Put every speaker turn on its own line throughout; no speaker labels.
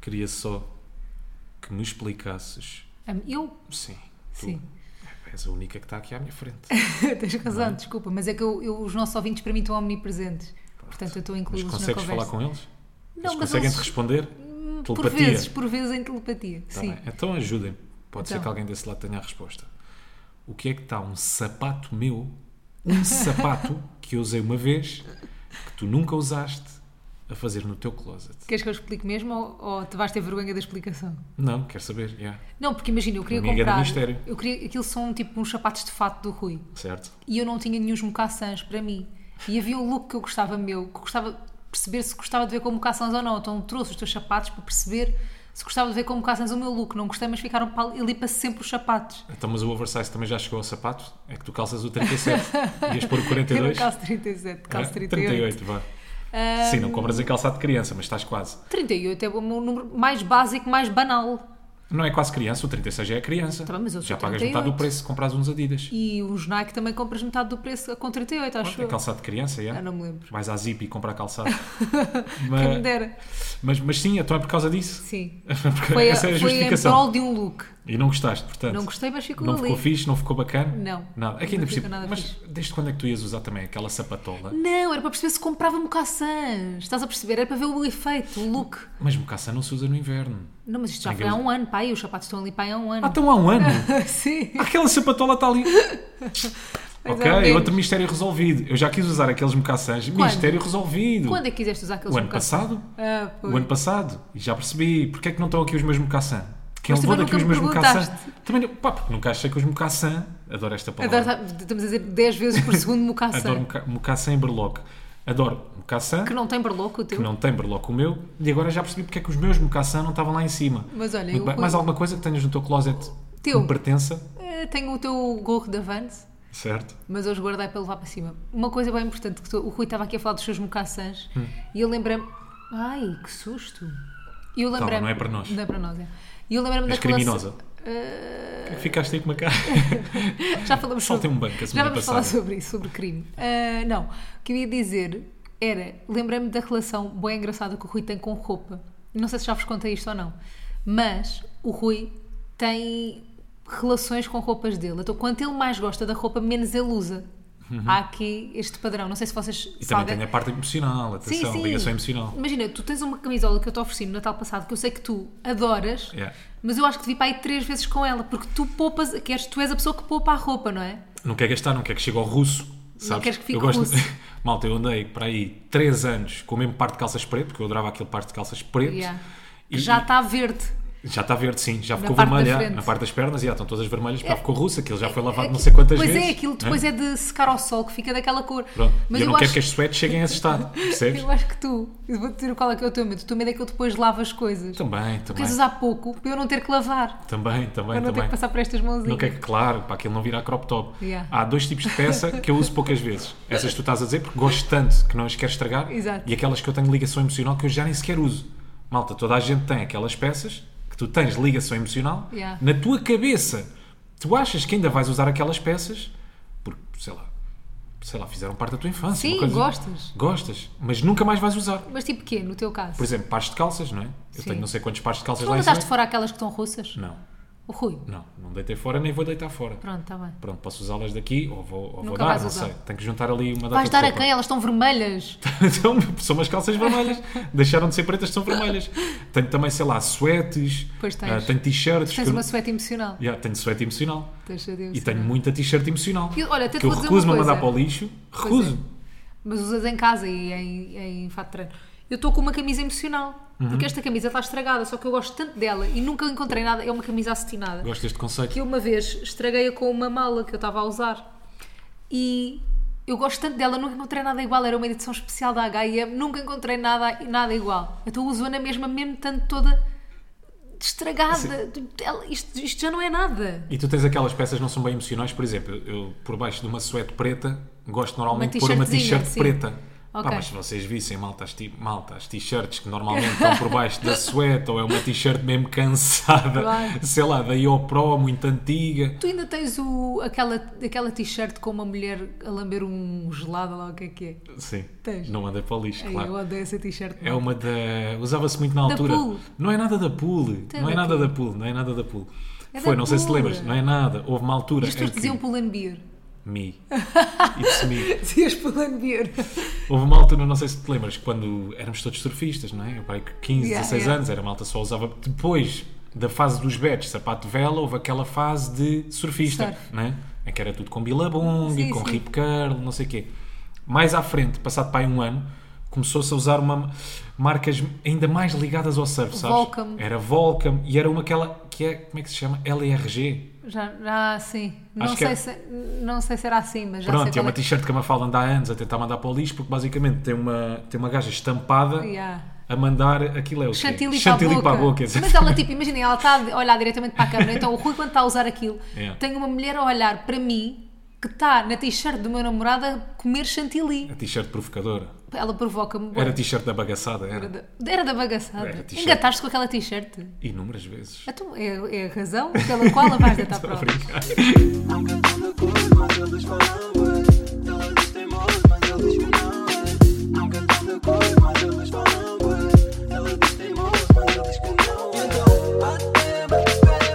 Queria só que me explicasses.
Hum, Eu?
Sim. tu
Sim.
És a única que está aqui à minha frente.
Tens razão, desculpa, mas é que eu- eu- os nossos ouvintes para mim estão omnipresentes. Portanto, eu estou a
Mas
incluí-los na
consegues
conversa.
falar com eles? eles
Não, mas
conseguem-te
eles-
responder?
Por
Telepatia.
vezes, por vezes em telepatia.
Tá
Sim.
bem. Então ajudem-me. Pode ser
Então.
que alguém desse lado tenha a resposta. O que é que está um sapato meu, um sapato que eu usei uma vez, que tu nunca usaste, a fazer no teu closet?
Queres que eu explique mesmo ou, ou te vais ter vergonha da explicação?
Não, quero saber, yeah.
Não, porque imagina, eu queria
Amiga do
comprar.
mistério.
Eu queria, aquilo são tipo uns sapatos de fato do Rui.
certo?
E eu não tinha nenhum mocassins para mim. E havia um look que eu gostava meu, que eu gostava de perceber se gostava de ver com mocassins ou não. Então trouxe os teus sapatos para perceber se gostava de ver com mocassins o meu look. Não gostei, mas ficaram para ali para sempre os sapatos.
Então, mas o oversize também já chegou ao sapato? É que tu calças o 37, ias pôr o
Eu não
42?
calço 37, calço
É,
38.
38, vá. Sim, não compras a calçado de criança, mas estás quase.
38 é o meu número mais básico, mais banal.
Não é quase criança, o 36 já é criança.
Tá bem, mas eu sou
já pagas
38.
metade do preço se compras uns Adidas.
E os Nike também compras metade do preço com 38, acho
É
eu.
calçado de criança, é?
Ah, não me lembro.
Vais à Zip e comprar calçado.
Quem me
mas,
dera.
mas, mas sim, então é por causa disso.
Sim.
Porque
Foi, a-
essa é a
foi em
justificação.
prol de um look.
E não gostaste, portanto.
Não gostei, mas ficou
Não
ali.
ficou fixe, não ficou bacana?
Não.
Nada. Aqui
Não
ainda por
fica
cima.
nada
Mas
fixe.
desde quando é que tu ias usar também aquela sapatola?
Não, era para perceber se comprava mocaçãs. Estás a perceber? Era para ver o efeito, o look.
Mas mocaça não se usa no inverno.
Não, mas isto já
Ninguém
foi há
usa.
um ano, pai. Os sapatos estão ali, pai, há um
Ah,
ano.
então há um ano.
Sim.
Aquela sapatola está ali.
Mais
ok,
ou menos.
outro mistério resolvido. Eu já quis usar aqueles mocaçãs. Mistério resolvido.
Quando é que quiseste usar aqueles
O ano
mocaçãs?
passado?
Ah, pois.
O ano passado. E já percebi. Porquê é que não estão aqui os meus mocaçã? Quem
Mas
levou
também
daqui
nunca
os
me
meus mocaçã?
perguntaste.
Também não- Pá, porque nunca achei que os mocaçã... Adoro esta palavra.
Adoro, tá- estamos a dizer 10 vezes por segundo
Adoro
mocaçã.
moca- mocaçã em berloque. Adoro mocaçã,
que
que
não tem barloco o teu.
não tem berloque o meu. E agora já percebi porque é que os meus mocaçã não estavam lá em cima.
Mas olha,
Muito
eu
bem.
fui-
Mais alguma coisa que tenhas no teu closet
Teu.
que me pertença?
Eh, Tenho o teu gorro da Vans.
Certo.
mas hoje guardei para levar para cima. Uma coisa bem importante, que tu- o Rui estava aqui a falar dos seus mocaçãs
Hum.
e eu lembrei-me. Ai, que susto! E eu lembrei-me.
Calma, não é para nós.
Não é para nós, é. E eu lembrei-me
És
daquela.
criminosa.
Eh,
Ficaste aí com uma cara.
já falamos sobre.
Faltei um banco a
já
semana
vamos falar
passada.
sobre isso, sobre crime. Eh, não, o que eu ia dizer era. Lembrei-me da relação bem engraçada que o Rui tem com roupa. Não sei se já vos contei isto ou não, mas o Rui tem relações com roupas dele. Então, quanto ele mais gosta da roupa, menos ele usa. Há aqui este padrão. Não sei se vocês.
Uhum. E
se
também
alguém-
tem a parte emocional, atenção, ligação emocional.
Imagina, tu tens uma camisola que eu te ofereci no Natal passado que eu sei que tu adoras,
Yeah.
mas eu acho que devia para aí três vezes com ela, porque tu poupas, queres, tu és a pessoa que poupa a roupa, não é?
Não quer gastar, não quer que chegue ao russo. Sabes?
queres que fique
eu gosto
russo.
Malta, eu andei para aí 3 anos com o mesmo par de calças preto, porque eu adorava aquele par de calças preto.
Yeah.
E,
Já está verde.
já está verde, sim, já ficou
parte da
vermelha
frente. É-
na parte das pernas, já estão todas vermelhas, porque ficou russa, aquilo já foi lavado não sei quantas
pois
vezes.
é, aquilo
né?
depois é de secar ao sol que fica daquela cor.
Pronto.
Mas
e eu,
eu,
não quero
acho,
que as sweats cheguem a esse estado, percebes?
eu acho que tu, eu vou-te dizer qual é que é o teu medo. O teu medo é que eu depois lave as coisas.
Também,
tu
Então, também.
queres usar pouco para eu não ter que lavar,
Também, também,
para não ter
também.
que passar por estas mãozinhas.
Não quer que, claro, para aquilo não virar crop top.
Yeah.
Há dois tipos de peça que eu uso poucas vezes. Essas que tu estás a dizer porque gosto tanto que não as quero estragar.
Exato.
E aquelas que eu tenho ligação emocional que eu já nem sequer uso. Malta, toda a gente tem aquelas peças que tu tens ligação emocional
Yeah.
na tua cabeça. Tu achas que ainda vais usar aquelas peças porque, sei lá, sei lá, fizeram parte da tua infância.
Sim,
uma coisa- assim.
gostas.
Gostas, mas nunca mais vais usar.
Mas tipo quê, no teu caso?
Por exemplo, pares de calças, não é? Eu
Sim.
tenho não sei quantos pares de calças
tu não
lá em
deixaste
cima.
fora aquelas que estão russas?
Não,
O Rui?
não, não deitei fora nem vou deitar fora.
Pronto, está bem.
Pronto, posso usá-las daqui ou vou, ou vou
Nunca
dar,
vais
não
usar.
sei. Tenho que juntar ali uma data
Vais
de
dar a
roupa.
quem? Elas estão vermelhas.
então, são umas calças vermelhas. Deixaram de ser pretas, são vermelhas. Tenho também, sei lá, suetes.
Pois tens.
ah, tenho t-shirts. que
Tens
eu-
uma suéte emocional.
Yeah, tenho suéte emocional.
Deixa Deus.
E tenho muita t-shirt emocional.
E, olha, até te
que eu
vou dizer
recuso-me a
uma
mandar para
coisa. é.
o lixo. Recuso.
Mas usas em casa e é em, em fato de treino. Eu estou com uma camisa emocional. Porque esta camisa está estragada, só que eu gosto tanto dela e nunca encontrei nada. É uma camisa acetinada.
Gosto deste conceito.
Que eu uma vez estraguei-a com uma mala que eu estava a usar. E eu gosto tanto dela, nunca encontrei nada igual. Era uma edição especial da H&M, nunca encontrei nada, nada igual. Então uso-a na mesma, mesmo tanto toda estragada. Ela- Isto, isto já não é nada.
E tu tens aquelas peças que não são bem emocionais, por exemplo, eu por baixo de uma suéte preta, gosto normalmente de pôr uma
t-shirtzinha,
t-shirt
sim.
preta.
Ok.
Pá, mas se vocês vissem malta as, ti- malta, as t-shirts que normalmente estão por baixo da sueta ou é uma t-shirt mesmo cansada,
Claro.
sei lá, da IOPRO, muito antiga.
Tu ainda tens o, aquela, aquela t-shirt com uma mulher a lamber um gelado lá, o que é que é?
Sim,
Tens.
não mandei para o lixo,
Ai,
claro.
Eu odeio essa t-shirt.
É uma da. Usava-se muito na
É Da
altura.
Pool.
Não é nada da pool.
Tem
não é
da
nada
Pool.
da pool. Não é nada da pool.
É
Foi,
da
não sei se te
Pool.
lembras. Não é nada. Houve uma altura.
Os teus diziam pull and beer.
Me. It's me.
Dizias pull and beer.
Houve uma altura, não sei se te lembras, quando éramos todos surfistas, não é? O pai, 15,
Yeah,
16
yeah.
anos, era malta só usava. Depois da fase dos bets, sapato de vela, houve aquela fase de surfista,
Surf.
não é? Em que era tudo com bilabong,
Sim,
com
sim.
rip curl, não sei o quê. Mais à frente, passado para aí um ano, começou-se a usar uma marcas ainda mais ligadas ao surf, sabes?
Volcom.
Era Volcom e era uma aquela que é, como é que se chama? LRG.
Já, já sim. Não
Acho que
sei,
é-
se, não sei se era assim, mas já sei
Pronto, é
qual
uma t-shirt que a Mafalda anda há anos a tentar mandar para o lixo, porque basicamente tem uma, tem uma gaja estampada
Yeah.
a mandar aquilo é o quê?
Chantilly,
Chantilly
para a boca. Mas ela, tipo, imaginem, ela está a olhar diretamente para a câmera. Então, o Rui, quando está a usar aquilo,
Yeah.
tem uma mulher a olhar para mim que está na t-shirt do meu namorado a comer chantilly.
A t-shirt provocadora.
Ela provoca-me. bué.
Era a t-shirt da bagaçada,
Era
era.
da, era da bagaçada.
Era t-shirt.
Engataste com aquela t-shirt.
Inúmeras vezes.
Então, é, é a razão pela qual ela vai tentar
Estou a
prova.
brincar.
Nunca tô na cor, mas eles falam ué. Eles têm moço, mas eles me não é. Nunca tô na cor, mas eles falam ué. Eles têm moço, mas eles me não é. Então, bate, bate, bate, bate,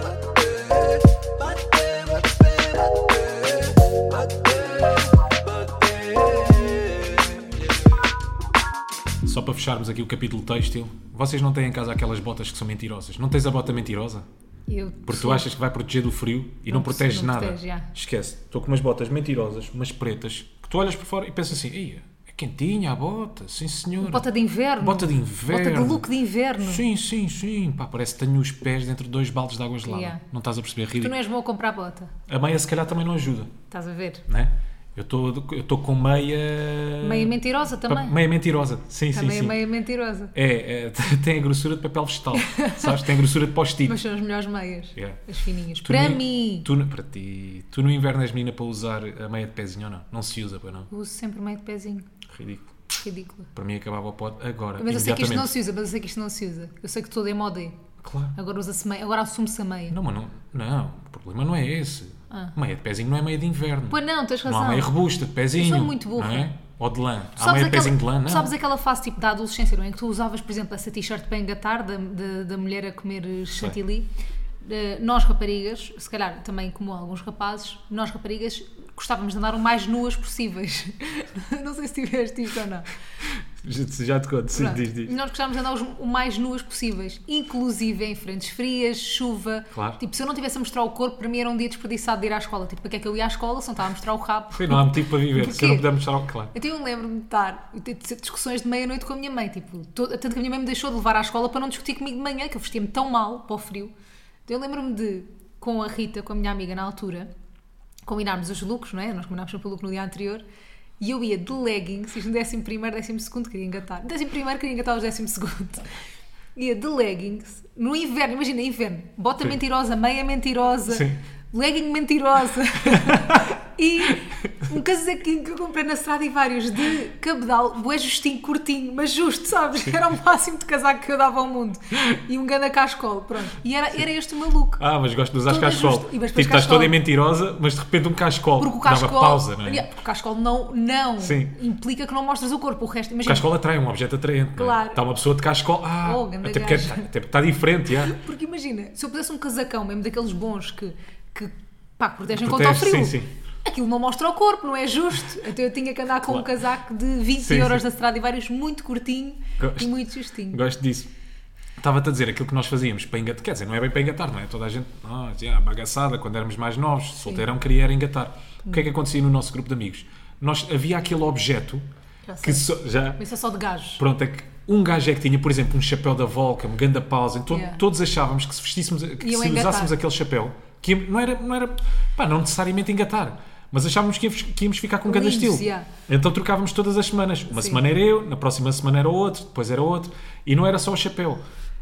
bate, bate, bate.
Só para fecharmos aqui o capítulo têxtil, vocês não têm em casa aquelas botas que são mentirosas? Não tens a bota mentirosa?
Eu,
Porque tu achas que vai proteger do frio e não,
Não
protege
não
nada.
protege, já.
Esquece. Estou com umas botas mentirosas, umas pretas, que tu olhas por fora e pensas assim, "Ia, é quentinha a bota, sim senhora.
Bota de inverno.
é? Bota de inverno.
Bota de look de inverno.
Sim, sim, sim. Pá, parece que tenho os pés dentro de dois baldes de água gelada.
Yeah.
Não estás a perceber,
Tu
ridículo.
não és bom a comprar bota.
A meia se calhar também não ajuda,
Estás a ver?
né? Eu estou com meia...
Meia mentirosa também.
Meia mentirosa, Hum. sim, sim,
também
sim.
é meia mentirosa.
É, é, tem a grossura de papel vegetal, sabes? Tem a grossura de post-it.
Mas são as melhores meias.
Yeah.
As fininhas.
É. Tu
para
no-
mim.
Tu, no- para ti. Tu no inverno és menina para usar a meia de pezinho ou não? Não se usa, pois não?
Eu uso sempre meio de pezinho.
Ridículo.
Ridículo.
Para mim acabava o pote agora.
Mas eu sei que isto não
imediatamente.
se usa, mas eu sei que isto não se usa. Eu sei que tudo é moda.
Claro.
Agora usa-se meia. Agora assume-se a meia.
Não, mas não. Não, o problema não é esse.
Ah.
Meia de pezinho não é meia de inverno.
Pois não, tens
não
razão.
há meia robusta de pezinho.
muito burra.
Não é? Ou de lã.
Tu
Há meia de
aquela-
pezinho de lã,
tu
não.
sabes aquela fase tipo da adolescência, não é? Em que tu usavas, por exemplo, essa t-shirt para engatar da, da, da mulher a comer eh, chantilly. Eh, nós raparigas, se calhar também como alguns rapazes, nós raparigas gostávamos de andar o mais nuas possíveis. não sei se tiveste isto ou não.
Já, já te conto, sim,
Pronto. Nós gostávamos de andar os, o mais nuas possíveis, inclusive em frentes frias, chuva.
Claro.
Tipo, se eu não tivesse a mostrar o corpo, para mim era um dia desperdiçado de ir à escola. Tipo, para que é que eu ia à escola se não estava a mostrar o rabo?
Sim, não há motivo para viver. Se
Porquê?
eu não puder mostrar o. Claro.
Então eu lembro-me de estar, de ter discussões de meia-noite com a minha mãe, tipo, todo- tanto que a minha mãe me deixou de levar à escola para não discutir comigo de manhã, que eu vestia-me tão mal para o frio. Então eu lembro-me de, com a Rita, com a minha amiga na altura, combinarmos os looks, não é? Nós combinámos sempre o look no dia anterior, e eu ia de leggings, isto no 11º, 12º queria engatar, no 11º queria engatar os 12º. Ia de leggings, no inverno, imagina, inverno, bota
Sim.
mentirosa, meia mentirosa,
Sim.
legging mentirosa. E um casaquinho que eu comprei na Strada e vários de cabedal, bué justinho, curtinho, mas justo, sabes? Era o máximo de casaco que eu dava ao mundo. E um ganda cascolo, pronto. E era, era este o meu look.
Ah, mas gosto de usar
Todas
cascol.
justo- e mas depois
Tipo, estás
cascol.
toda em mentirosa, mas de repente um cascol.
Porque o
Dava
cascolo...
pausa, não é?
Yeah, porque o cascolo não, não
Sim.
implica que não mostras o corpo. O resto,
O
imagina,
Cascola atrai um objeto atraente. não é?
Claro.
Está uma pessoa de cascola. Ah,
Oh, ganda
até, porque,
gaja.
até porque está diferente, já.
Porque imagina, se eu pusesse um casacão mesmo daqueles bons que, que pá, que protegem
Protege,
contra o frio,
sim, sim.
aquilo não mostra o corpo, não é justo. Então eu tinha que andar com um
Claro.
casaco de 20
Sim,
euros
sim.
da Strada e vários muito curtinho
Gosto.
e muito justinho.
Gosto disso. Estava-te a dizer aquilo que nós fazíamos para engatar. Quer dizer, não é bem para engatar, não é? Toda a gente, nós, já, bagaçada, quando éramos mais novos, solteirão, queria era engatar. O que é que
Hum.
acontecia no nosso grupo de amigos? Nós, havia aquele objeto
Já sei.
que só, já,
Mas Isso é só de gajos.
pronto, é que um gajo é que tinha, por exemplo, um chapéu da Volca, um ganda pausa, então
Yeah.
todos achávamos que se vestíssemos, que
Iam
se
engatar.
usássemos aquele chapéu, que ia- não era, não era, pá, não necessariamente engatar, mas achávamos que íamos, que íamos ficar com um ganda
Lindos,
estilo.
yeah.
Então trocávamos todas as semanas. Uma
Sim.
semana era eu, na próxima semana era outro, depois era outro, e não era só o chapéu,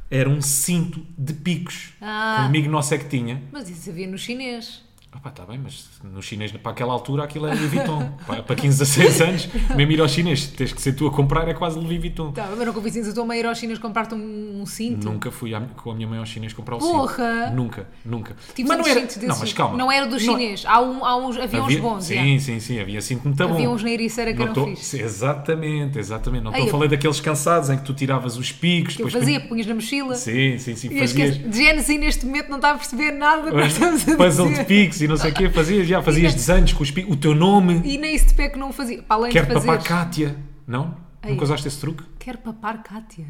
era um cinto de picos.
Ah.
Que Um amigo nosso é que tinha.
Mas isso havia no chinês.
Ah pá, está bem, mas no chinês, para aquela altura, aquilo é Louis Vuitton. para, para 15 a 16 anos, mesmo ir ao chinês, tens que ser tu a comprar, é quase Louis Vuitton.
Tá, mas não convences a tua mãe a ir aos chineses comprar-te um, um cinto?
Nunca fui à- com a minha mãe ao chinês comprar o
Porra! Tipo,
cinto. Nunca, nunca.
Tive
mas não
tantos
era,
cintos
não,
desses.
mas calma.
Não era do chinês. Há, um, há uns, havia, uns bons.
Sim,
já.
sim, sim, havia cinto muito bom.
Havia uns na Ericeira que
Não
eram
tô-
fixe.
Sim, Exatamente, exatamente. Não
Aí
estou a
eu-
falar daqueles cansados em que tu tiravas os picos,
Que eu
depois
fazia, punhas na mochila.
Sim, sim, sim,
E eu
fazias.
esqueço, de Genesis neste momento não está a perceber nada do que nós estamos a
Puzzle de
dizer.
picos e não sei o quê, fazias, já fazias
E-
desenhos com os picos, o teu nome,
E nem isso de pé que não fazia. Para além
quero
de fazer.
papá Cátia, não?
Aí.
Nunca usaste esse truque?
Quero papar Kátia.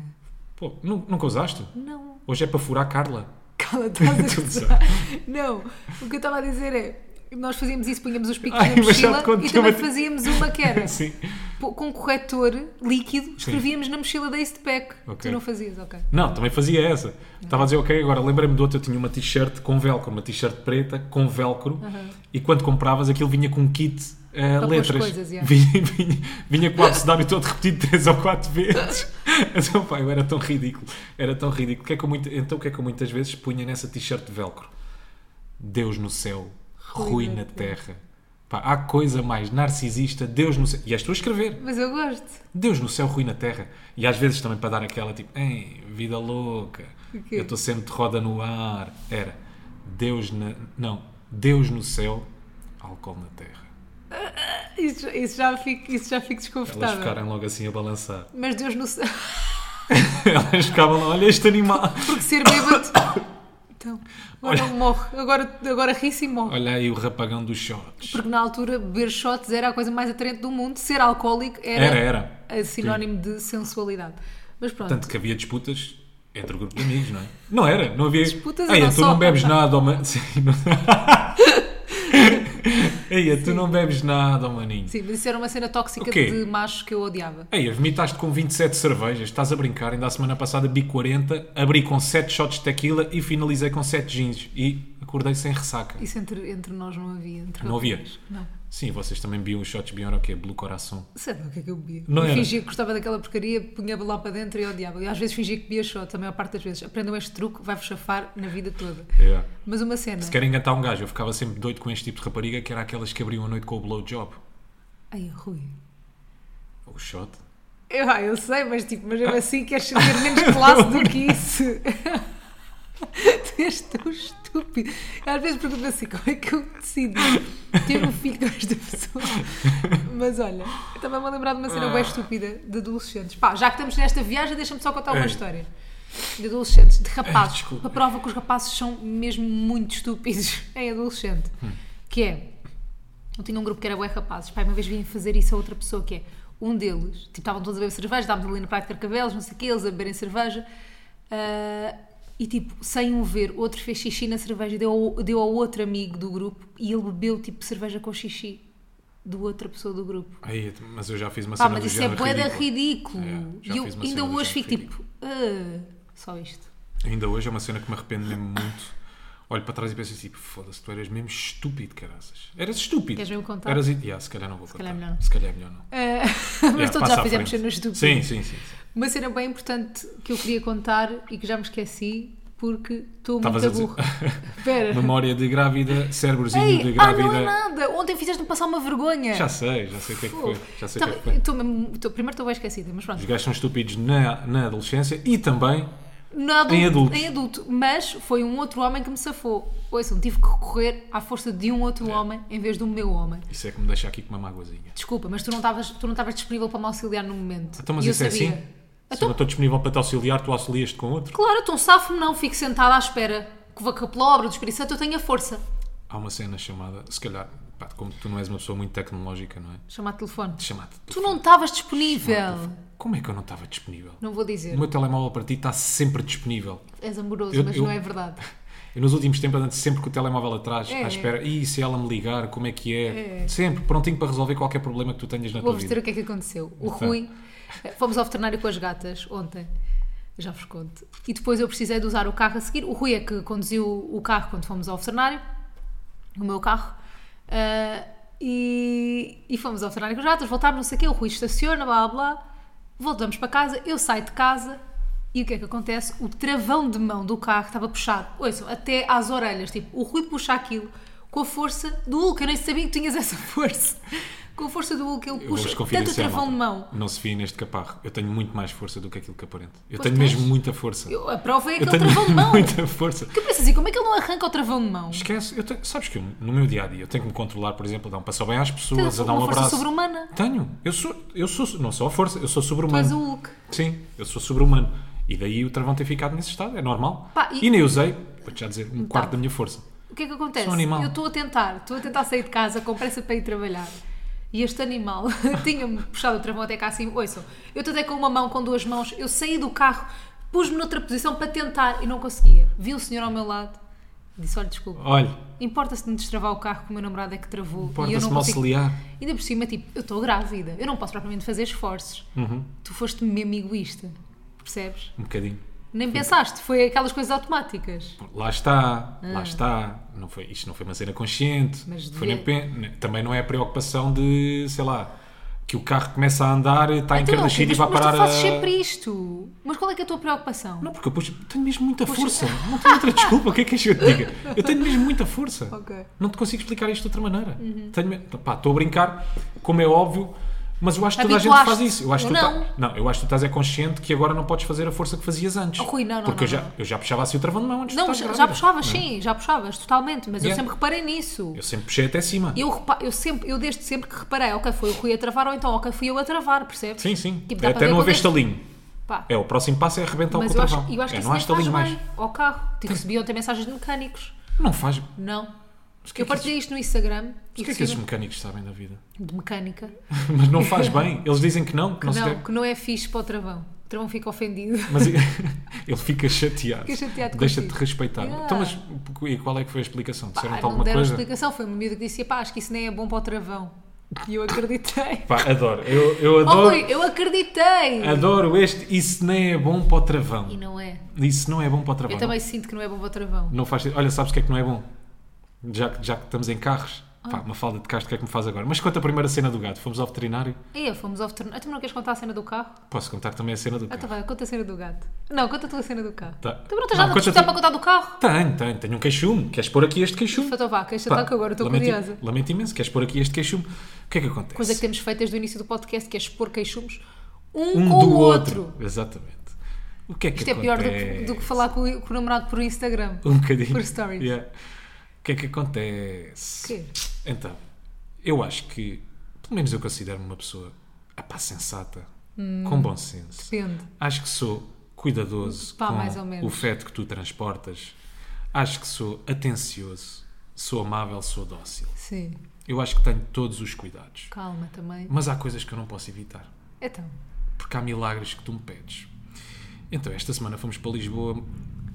Pô, nu- nunca usaste?
Não.
Hoje é para furar Carla.
Cala, estás a
Tudo
gozar. Não. O que eu estava a dizer é. Nós fazíamos isso, punhamos os picos
Ai,
na
mas já
mochila
te contei
e também
uma-
fazíamos uma que era
Sim.
pô- com um corretor líquido, escrevíamos na mochila da Ace de Pack.
Ok.
Tu não fazias, ok.
Não, também fazia essa. Estava a dizer, ok, agora lembrei-me do outro, eu tinha uma t-shirt com velcro, uma t-shirt preta com velcro, e quando compravas aquilo vinha com um kit eh,
pôr
letras.
coisas, yeah.
vinha, vinha, vinha com o abecedário todo repetido três ou quatro vezes. então, pá, eu era tão ridículo, era tão ridículo. O que é que eu muito- então, o que é que eu muitas vezes punha nessa t-shirt de velcro? Deus no céu, Rui na terra. Pá, há coisa mais narcisista, Deus no céu. E és tu a escrever.
Mas eu gosto.
Deus no céu, ruim na terra. E às vezes também para dar aquela tipo, ei, vida louca,
O quê?
eu estou sempre de roda no ar. Era Deus na. Não, Deus no céu, álcool na terra.
Isso, isso já fico, isso já fico
Elas
desconfortável.
ficaram logo assim a balançar.
Mas Deus não sabe.
Elas ficavam lá, olha este animal,
Porque ser bêbado. Então, agora
Olha.
não morre. Agora, agora ri-se e morre.
olha aí o rapagão dos shots.
Porque na altura beber shots era a coisa mais atraente do mundo. Ser alcoólico
Era,
era,
era.
a sinónimo de sensualidade. Mas pronto.
Tanto que havia disputas entre o grupo de amigos, não é? Não era, não havia.
Disputas e
Ei,
não
tu
só.
não bebes nada, oh man... Sim, não... Ei, tu não bebes nada, oh maninho.
Sim, mas isso era uma cena tóxica
O quê?
de machos que eu odiava.
Ei, vomitaste com 27 cervejas, estás a brincar, ainda a semana passada bi 40, abri com 7 shots de tequila e finalizei com 7 gins e acordei sem ressaca.
Isso entre, entre nós não havia. entre
Não havia?
rapazes. Não.
Sim, vocês também biam os shots, biam era o quê? Blue Coração.
Sei lá o que é que eu bebia.
Não
Eu
era.
fingia que gostava daquela porcaria, punha lá para dentro e odiava. E às vezes fingia que bebia shot, a maior parte das vezes. Aprendam este truque, vai-vos chafar na vida toda.
Yeah.
Mas uma cena.
Se querem engatar um gajo, eu ficava sempre doido com este tipo de rapariga que era aquelas que abriam a noite com o blowjob.
Ai, Rui.
O shot.
Eu, ah, eu sei, mas tipo, mas eu assim queres ter menos classe do que isso. tu és tão estúpido. Às vezes pergunto-me assim, como é que eu decido ter um filho com esta pessoa? Mas olha, eu estava-me a lembrar de uma cena
Ah.
bem estúpida de adolescentes. Pá, já que estamos nesta viagem, deixa-me só contar uma
Ei.
história. De adolescentes, de
Ei, É,
rapazes.
desculpa.
a prova que os rapazes são mesmo muito estúpidos em adolescente.
Hum.
Que é... Eu tinha um grupo que era bué rapazes. Pai, uma vez vim fazer isso a outra pessoa, que é um deles, tipo, estavam todos a beber cerveja, estávamos ali na praia de Carcavelos, não sei o quê, eles a beberem cerveja. ah, e tipo, sem um ver, outro fez xixi na cerveja e deu ao, deu ao outro amigo do grupo e ele bebeu tipo cerveja com xixi do outra pessoa do grupo.
Ai, mas eu já fiz uma
Pá,
cena
mas
do
isso é
género
bué da
ridículo.
ridículo.
É, já
e eu
fiz uma
ainda
cena do
hoje
género
fico tipo, "Ah, só isto.
Ainda hoje é uma cena que me arrependo mesmo muito. Olho para trás e penso assim, tipo, foda-se, tu eras mesmo estúpido, caraças. Eras estúpido.
Queres mesmo contar?
Eras... Yeah, se calhar não vou contar.
calhar melhor não.
Se calhar é melhor não.
Ah, mas
Yeah,
todos
passa
já
à
fizemos
frente.
cenas estúpidas.
Sim, sim, sim. sim.
Uma cena bem importante que eu queria contar e que já me esqueci porque estou
Estavas
muito
a dizer-
burra. Espera.
Memória de grávida, cérebrozinho
Ei,
de
ah, não é
grávida.
nada! Ontem fizeste-me passar uma vergonha. Tá,
já sei, já sei o que é que foi. Já sei o que é que foi.
Estou mesmo- estou- primeiro estou bem esquecida, mas pronto.
Os gajos são estúpidos na, na adolescência e também.
No adulto-
Em adulto.
Mas foi um outro homem que me safou. Ouçam, tive que recorrer à força de um
É.
outro homem em vez do meu homem.
Isso é que me deixa aqui com uma mágoazinha.
Desculpa, mas tu não estavas tu não estavas disponível para me auxiliar no momento.
Então, mas
E eu
isso é
sabia.
assim? Se eu
Então,
não estou disponível para te auxiliar, tu auxilias-te com outro.
Claro, então safo-me não, fico sentada à espera que vá com a palavra do Espírito Santo eu tenha força.
Há uma cena chamada, se calhar, pá, como tu não és uma pessoa muito tecnológica, não é?
Chamar telefone.
Chamada.
Tu não estavas disponível.
Como é que eu não estava disponível?
Não vou dizer.
O meu telemóvel para ti está sempre disponível.
És amoroso,
Eu-
mas
eu-
não é verdade.
Eu nos últimos tempos ando sempre com o telemóvel atrás,
É.
à espera. E se ela me ligar, como é que é?
É.
Sempre, prontinho para resolver qualquer problema que tu tenhas na tua
Vou-vos
vida.
dizer o que é que aconteceu. O
Então.
Rui, eh, fomos ao veterinário com as gatas ontem, já vos conto. E depois eu precisei de usar o carro a seguir. O Rui é que conduziu o carro quando fomos ao veterinário, o meu carro. Ah, e, e fomos ao veterinário com as gatas, voltámos, não sei o quê. O Rui estaciona, blá blá blá. Voltamos para casa, eu saio de casa. E o que é que acontece? O travão de mão do carro estava puxado. Ouçam, até às orelhas. Tipo, o Rui puxa aquilo, com a força do Hulk. Eu nem sabia que tinhas essa força. Com a força do Hulk, ele
Eu vou-vos
puxa tanto o
confidenciar,
travão de mão.
malta. Não se via neste caparro. Eu tenho muito mais força do que aquilo que aparente. Eu
Pois
tenho
tens.
mesmo muita força.
Eu- A prova é
Eu
aquele
tenho
travão de mão.
muita força.
Que eu penso assim, como é que ele não arranca o travão de mão?
Esquece. Eu tenho- sabes que eu, no meu dia a dia eu tenho que me controlar, por exemplo, a dar um passo bem às
Tens
pessoas, a dar
uma
um
força
abraço.
sobre-humana.
Tenho. Eu sou, eu sou, não sou a força, eu sou
Tu és um- o
sobre-humano.
Hulk.
Sim, eu sou sobre-humano. E daí o travão ter ficado nesse estado, é normal.
Pá, e-
e... nem usei, vou-te já dizer, um quarto da minha força.
O que é que acontece?
Sou um animal.
Eu estou a tentar, estou a tentar sair de casa com pressa para ir trabalhar. E este animal tinha-me puxado o travão até cá assim. Ouçam, eu tentei com uma mão, com duas mãos, eu saí do carro, pus-me noutra posição para tentar e não conseguia. Vi o senhor ao meu lado, disse: Olha, desculpa,
Olha,
importa-se de me destravar o carro que o meu namorado é que travou. e eu
porta-se-me
não consigo.
auxiliar.
Ainda por cima, tipo, eu estou grávida, eu não posso propriamente fazer esforços.
Uhum.
Tu foste mesmo egoísta, percebes?
Um bocadinho.
Nem pensaste, foi aquelas coisas automáticas.
Lá está, lá está. Não foi, isto não foi uma cena consciente.
Ah. Mas
Foi na
devia-
pe- na- Também não é a preocupação de, sei lá, que o carro começa a andar, está
Então não,
encardachido e
mas,
vai
mas
parar
tu fazes
a-
sempre isto. Mas qual é que é a tua preocupação?
Não, porque eu puxo- tenho mesmo muita força. Não tenho outra desculpa. O que é que és que eu te diga? Eu tenho mesmo muita força.
Ok. Uhum.
Não te consigo explicar isto de outra maneira. Tenho me- pá, estou a brincar, como é óbvio, mas eu acho que toda a gente
Habituaste.
faz isso. Eu acho que
Eu
tu
não.
tá- não, eu acho que tu estás é consciente que agora não podes fazer a força que fazias antes.
Oh, Rui, não, não,
porque eu,
não,
já,
não.
eu já puxava assim o travão de mão antes de
Não,
estar
já, já
grávida.
puxavas, sim, já puxavas, totalmente, mas eu
Yeah.
sempre reparei nisso.
Eu sempre puxei até cima.
Eu, repa- eu sempre, eu desde sempre que reparei, ok, foi o Rui a travar ou então, ok, fui eu a travar, percebes?
Sim, sim.
Tipo, dá
é
para
até
ver
não haver
quando é-
estalinho.
Pá,
É, o próximo passo é arrebentar
mas
o
eu
travão.
acho, eu acho
é,
que isso
não há
não faz
estalinho mais.
bem ao carro. Te recebiam até mensagens de mecânicos.
Não faz. Mas
Não.
que é
eu
que
partilhei isto no
O
Instagram e
que é que esses
recebi
mecânicos sabem da vida?
de mecânica.
Mas não faz bem. Eles dizem que não, que não, se deve.
Não, que não é fixe para o travão. O travão fica ofendido.
Mas e- ele fica chateado.
Fica chateado
Deixa-te
contigo.
respeitar.
Yeah.
Então, mas e qual é que foi a explicação?
Ah,
Disseram-te
não
alguma
deram
coisa?
explicação, foi uma miúda que disse: pá, acho que isso nem é bom para o travão. E eu acreditei.
Pá, adoro. Eu, eu
Oh,
adoro,
Rui, eu acreditei!
adoro este. Isso nem é bom para o travão.
E não é.
Isso não é bom para o travão.
Eu também sinto que não é bom para o travão.
Não faz sentido. Olha, sabes o que é que não é bom? Já, que- já que estamos em carros.
Oh.
Pá, uma falda de casco, o que é que me faz agora? Mas conta a primeira cena do gato. Fomos ao veterinário.
E eu fomos ao veterinário. Ah, Tu não queres contar a cena do carro?
Posso contar também a cena do
Ah, tá
carro?
bem, conta a cena do gato. Não, conta a tua cena do carro. Então,
Tá.
Tu não
Não,
tens nada
conta
de
tu.
para contar do carro?
Tenho, tenho. Tenho um queixume. Queres pôr aqui este queixume?
Fatovaca, este
Pá,
ataque agora, estou
lamento-
curiosa.
Lamento imenso. Queres pôr aqui este queixume? O que é que acontece?
Coisa que temos feito desde o início do podcast, que é expor queixumes um,
um
com
do
o outro.
outro. Exatamente. O que é que
Isto é pior do que, do que falar com o, com o namorado por Instagram.
um bocadinho.
por stories.
Yeah. O que é que acontece?
Quê?
Então, eu acho que, pelo menos eu considero-me uma pessoa ah pá, sensata,
Hum.
com bom senso.
Depende.
Acho que sou cuidadoso
Pá,
com
mais ou menos.
o feto que tu transportas. Acho que sou atencioso, sou amável, sou dócil.
Sim,
Eu acho que tenho todos os cuidados.
calma também.
Mas há coisas que eu não posso evitar
Então,
porque há milagres que tu me pedes. Então, esta semana fomos para Lisboa,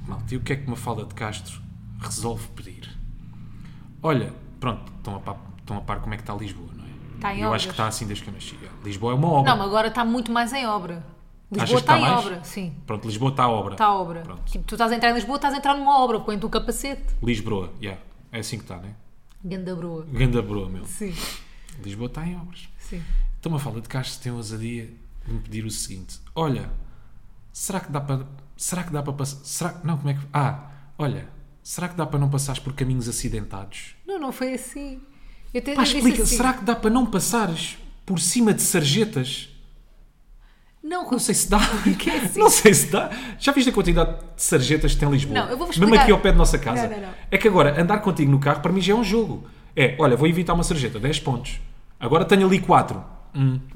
malta, e o que é que uma falda de Castro resolve pedir? Olha, pronto, estão a par, estão a par como é que está Lisboa, não é?
Está em
Eu
obras.
acho que está assim desde que eu nasci. Lisboa é uma obra.
Não, mas agora está muito mais em obra.
Achas
Lisboa
que
está
está
em
mais?
obra, sim.
Pronto, Lisboa está a obra.
Está a obra.
Pronto.
Tipo, tu estás a entrar em Lisboa, estás a entrar numa obra, põe-te o capacete.
Lisboa, yeah. é assim que está, não é?
Ganda broa.
Ganda broa, meu.
Sim,
Lisboa está em obras.
sim.
Então, uma falda de Castro tem a ousadia de me pedir o seguinte: Olha, será que dá para. Será que dá para passar. Será que. Não, como é que. Ah, olha, será que dá para não passares por caminhos acidentados?
Não, não foi assim. Eu te,
Pá,
eu disse
explica,
assim,
será que dá para não passares por cima de sarjetas?
Não, Rui,
Não sei se dá.
é assim?
Não sei se dá. Já viste a quantidade de sarjetas que tem em Lisboa?
Não, eu vou-vos
Mesmo
explicar.
aqui ao pé de nossa casa.
Não, não, não.
É que agora, andar contigo no carro para mim já é um jogo. É, olha, vou evitar uma sarjeta, 10 pontos. Agora tenho ali 4.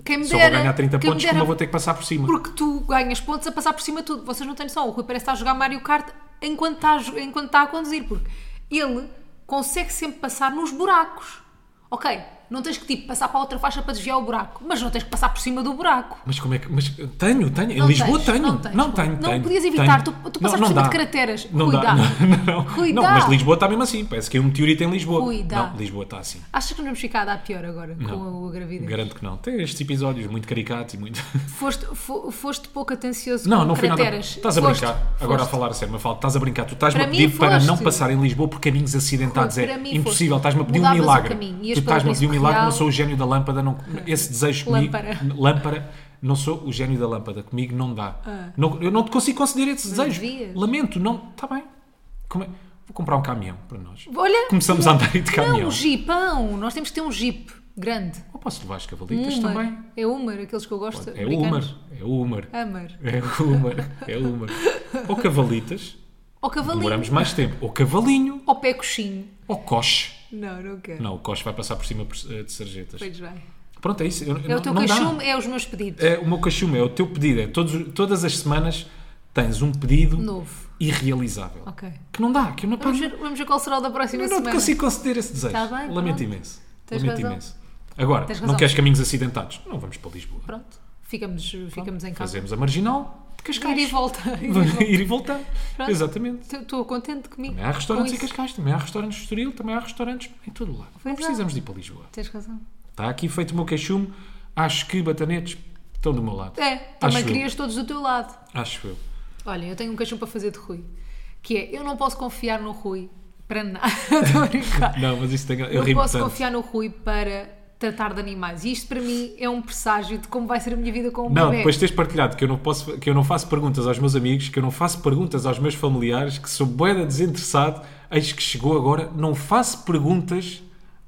quem me
Só
dera.
vou ganhar 30
quem me
pontos,
dera,
como eu vou ter que passar por cima.
Porque tu ganhas pontos a passar por cima de tudo. Vocês não têm noção. O Rui parece estar a jogar Mario Kart enquanto está a, jo- enquanto está a conduzir, porque ele consegue sempre passar nos buracos. Ok, não tens que tipo passar para outra faixa para desviar o buraco, mas não tens que passar por cima do buraco.
Mas como é que. Mas tenho, tenho. Em
Não
Lisboa
tens,
tenho.
não
Não,
tens, Rui.
tenho.
Não
tenho,
podias evitar,
tenho.
tu- tu passaste por cima de crateras.
Não
Rui,
dá.
dá.
Não,
Rui,
não,
dá.
mas Lisboa está mesmo assim. Parece que é um meteorito em Lisboa.
Rui, dá.
Não, Lisboa está assim.
Achas que não vamos ficar a dar pior agora
Não.
com a gravidez?
Garanto que não. Tem estes episódios muito caricatos e muito.
Foste, fo- foste pouco atencioso
Não,
com
não foi nada.
crateras.
Estás a
Foste,
brincar. Agora a
foste.
falar a sério, Mafalda, estás a brincar. Tu estás-me a
Para mim
pedir para não
foste.
passar em Lisboa por caminhos acidentados.
Rui,
é
para mim foste.
impossível. Estás-me a pedir um
Mudavas o
milagre.
caminho,
Tu
ias para o
estás-me a pedir um
Príncipe
milagre,
Real.
não sou o gênio da lâmpada. Não, esse desejo comigo.
Lâmpara.
Lâmpara. Não sou o gênio da lâmpada. Comigo não dá. Não- eu não te consigo conceder esse desejo.
Ah. devias.
Lamento. Não. Está bem. Como é- Vou comprar um caminhão para nós.
Olha,
Começamos a andar aí de
não,
caminhão.
um jipão. Nós temos que ter um jeep grande.
Ou posso levar as cavalitas
Hummer.
também?
É Hummer, aqueles que eu gosto.
É o Hummer. É o Hummer.
Hummer.
É o Hummer. É o Hummer. Ou cavalitas.
Ou cavalinho.
Demoramos mais tempo. Ou cavalinho.
Ou pé coxinho.
Ou coche.
Não, não quero.
Não, o coche vai passar por cima eh, de sarjetas.
Pois vai.
Pronto, é isso. Eu-
É
não-
o teu
não dá.
cachume, é os meus pedidos.
É o meu cachume, é o teu pedido. É todos, todas as semanas tens um pedido
Novo.
irrealizável.
Ok.
Que não dá, que eu não,
Vamos ver, vamos ver qual será o da próxima
eu não assim- te
semana.
consigo conceder esse desejo.
Tá bem,
Lamento
pronto.
imenso.
Tens
Lamento
razão.
imenso. Agora,
Tens
não
razão.
queres caminhos acidentados? Não vamos para Lisboa.
Pronto. Ficamos, ficamos em casa.
Fazemos a marginal de Cascais.
Ir e volta.
Ir e voltar.
Pronto.
Exatamente.
Estou contente comigo.
Também há restaurantes
Com
em
isso.
Cascais, também há restaurantes no Estoril, também há restaurantes em todo o lado.
Pois
Não
é.
precisamos de ir para Lisboa.
Tens razão.
Está Tá aqui feito o meu queixume. Acho que batanetes estão do meu lado.
É, também
Acho eu.
querias todos do teu lado.
Acho eu.
Olha, eu tenho um queixão para fazer de Rui. Que é, eu não posso confiar no Rui para nada. Estou a brincar.
Não, mas isso tem... Eu
Eu
ri
posso
tanto.
confiar no Rui para tratar de animais. E isto para mim é um presságio de como vai ser a minha vida com o
Não,
bebê.
depois de teres partilhado que eu, não posso, que eu não faço perguntas aos meus amigos, que eu não faço perguntas aos meus familiares, que sou boeda desinteressado, eis que chegou agora, não faço perguntas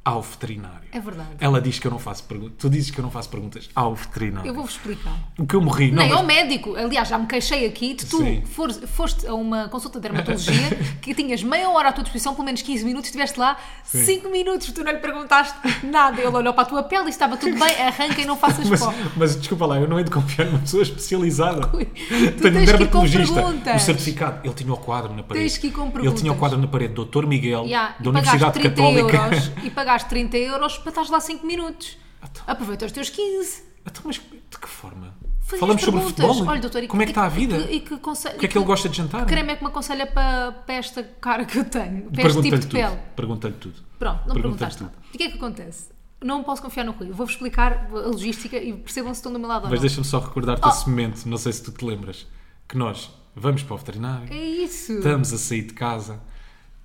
ao veterinário.
É verdade.
Ela diz que eu não faço perguntas. Tu dizes que eu não faço perguntas ao veterinário.
Eu vou-vos explicar.
O que eu morri, não.
Nem
mas-
ao médico. Aliás, já me queixei aqui de tu
Sim.
fores- foste a uma consulta de dermatologia que tinhas meia hora à tua disposição, pelo menos 15 minutos, estiveste lá 5 minutos, tu não lhe perguntaste nada. Ele olhou para a tua pele e estava tudo bem, arranca e não faças
Mas,
pó.
mas desculpa lá, eu não hei de confiar numa pessoa especializada.
Ui, tu
Tenho um
tens que ir com
dermatologista. um
perguntas.
O certificado. Ele tinha o quadro na parede.
Tens que ir com
Ele
perguntas.
tinha o quadro na parede, Dr. Miguel,
Yeah,
da
e pagaste
Universidade
30
Católica.
euros e pagaste 30 euros para estar lá 5 minutos.
Então.
Aproveita os teus 15.
Então, mas de que forma?
Fazes
Falamos sobre
perguntas.
futebol?
Olha, doutor, e
Como é que
e
está a vida?
E que, conselho,
O que é que ele gosta de jantar?
creme é que me aconselha para, para esta cara que eu tenho? Para este tipo
Pergunta-lhe
de
tudo.
pele?
Pergunta-lhe tudo.
Pronto, não
Pergunta-lhe
perguntaste nada. E o que é que acontece? Não posso confiar no Rui. Eu Vou-vos explicar a logística e percebam se estão do meu lado ou
Mas
não.
deixa-me só
Oh.
recordar-te esse momento, não sei se tu te lembras, que nós vamos para o veterinário,
É isso.
estamos a sair de casa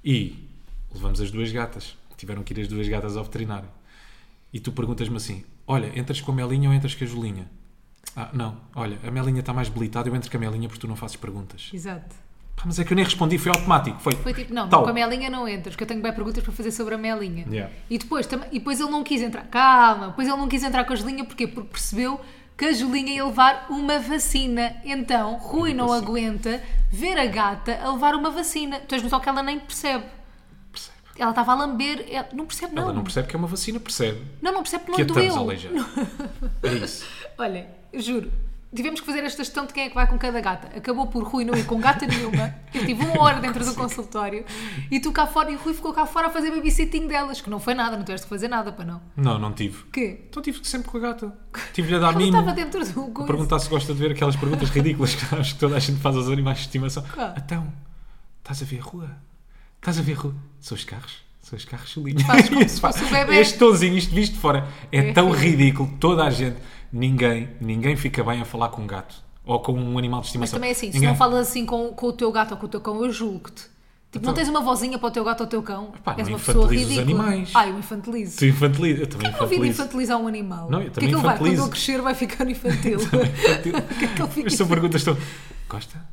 e levamos as duas gatas. Tiveram que ir as duas gatas ao veterinário. E tu perguntas-me assim: Olha, entras com a Melinha ou entras com a Julinha? Ah, não, olha, a Melinha está mais debilitada, eu entro com a Melinha porque tu não fazes perguntas.
Exato.
Pá, mas é que eu nem respondi, foi automático. Foi,
Foi tipo, não,
Tal.
com a Melinha não entras, que eu tenho bem perguntas para fazer sobre a Melinha.
Então, Yeah.
E, depois, também- e depois ele não quis entrar, calma, depois ele não quis entrar com a Julinha, porquê? Porque percebeu que a Julinha ia levar uma vacina. Então, Rui
Uma
não
vacina.
aguenta ver a gata a levar uma vacina. Tu és noção que ela nem percebe.
Percebe.
Ela estava a lamber, ela- não percebe não.
Ela não percebe que é uma vacina, percebe
não, não percebe que não
que a
lhe
estamos a
doeu.
aleijar. É isso.
Olha, juro, tivemos que fazer esta gestão de quem é que vai com cada gata. Acabou por Rui não ir com gata nenhuma. Eu tive uma hora dentro do consultório e tu cá fora e o Rui ficou cá fora a fazer babysitting delas, que não foi nada, não tiveste que fazer nada para não.
Não, não tive.
Que?
Então tive que sempre com a gata. Tive-lhe a dar
Ela
mimo.
estava dentro do
A
coisa.
perguntar se gosta de ver aquelas perguntas ridículas que acho que toda a gente faz aos animais de estimação.
Claro.
Então, estás a ver a rua? Estás a ver a rua? São os carros? São os carros, Julinho.
Fazes como se fosse um bebé.
Este tonzinho, isto visto de fora, é,
É
tão
ridículo.
ridículo. Toda a gente, ninguém, ninguém fica bem a falar com um gato. Ou com um animal de
Mas
estimação.
também é assim, se
Ninguém.
não falas assim com, com o teu gato ou com o teu cão, eu julgo-te. Tipo, não
Então-
tens uma vozinha para o teu gato ou o teu cão?
Pá,
És
não
uma pessoa
infantilizo os
ridícula.
animais.
Ai, eu infantilizo.
Tu infantiliza. Eu também
Eu não vi de
infantilizo.
infantilizar um animal.
Não, eu
o que é
também
que ele vai? Quando
infantilizo.
ele crescer vai ficar infantil.
Infantil.
O que é que ele fica
Mas são perguntas tão. Gosta?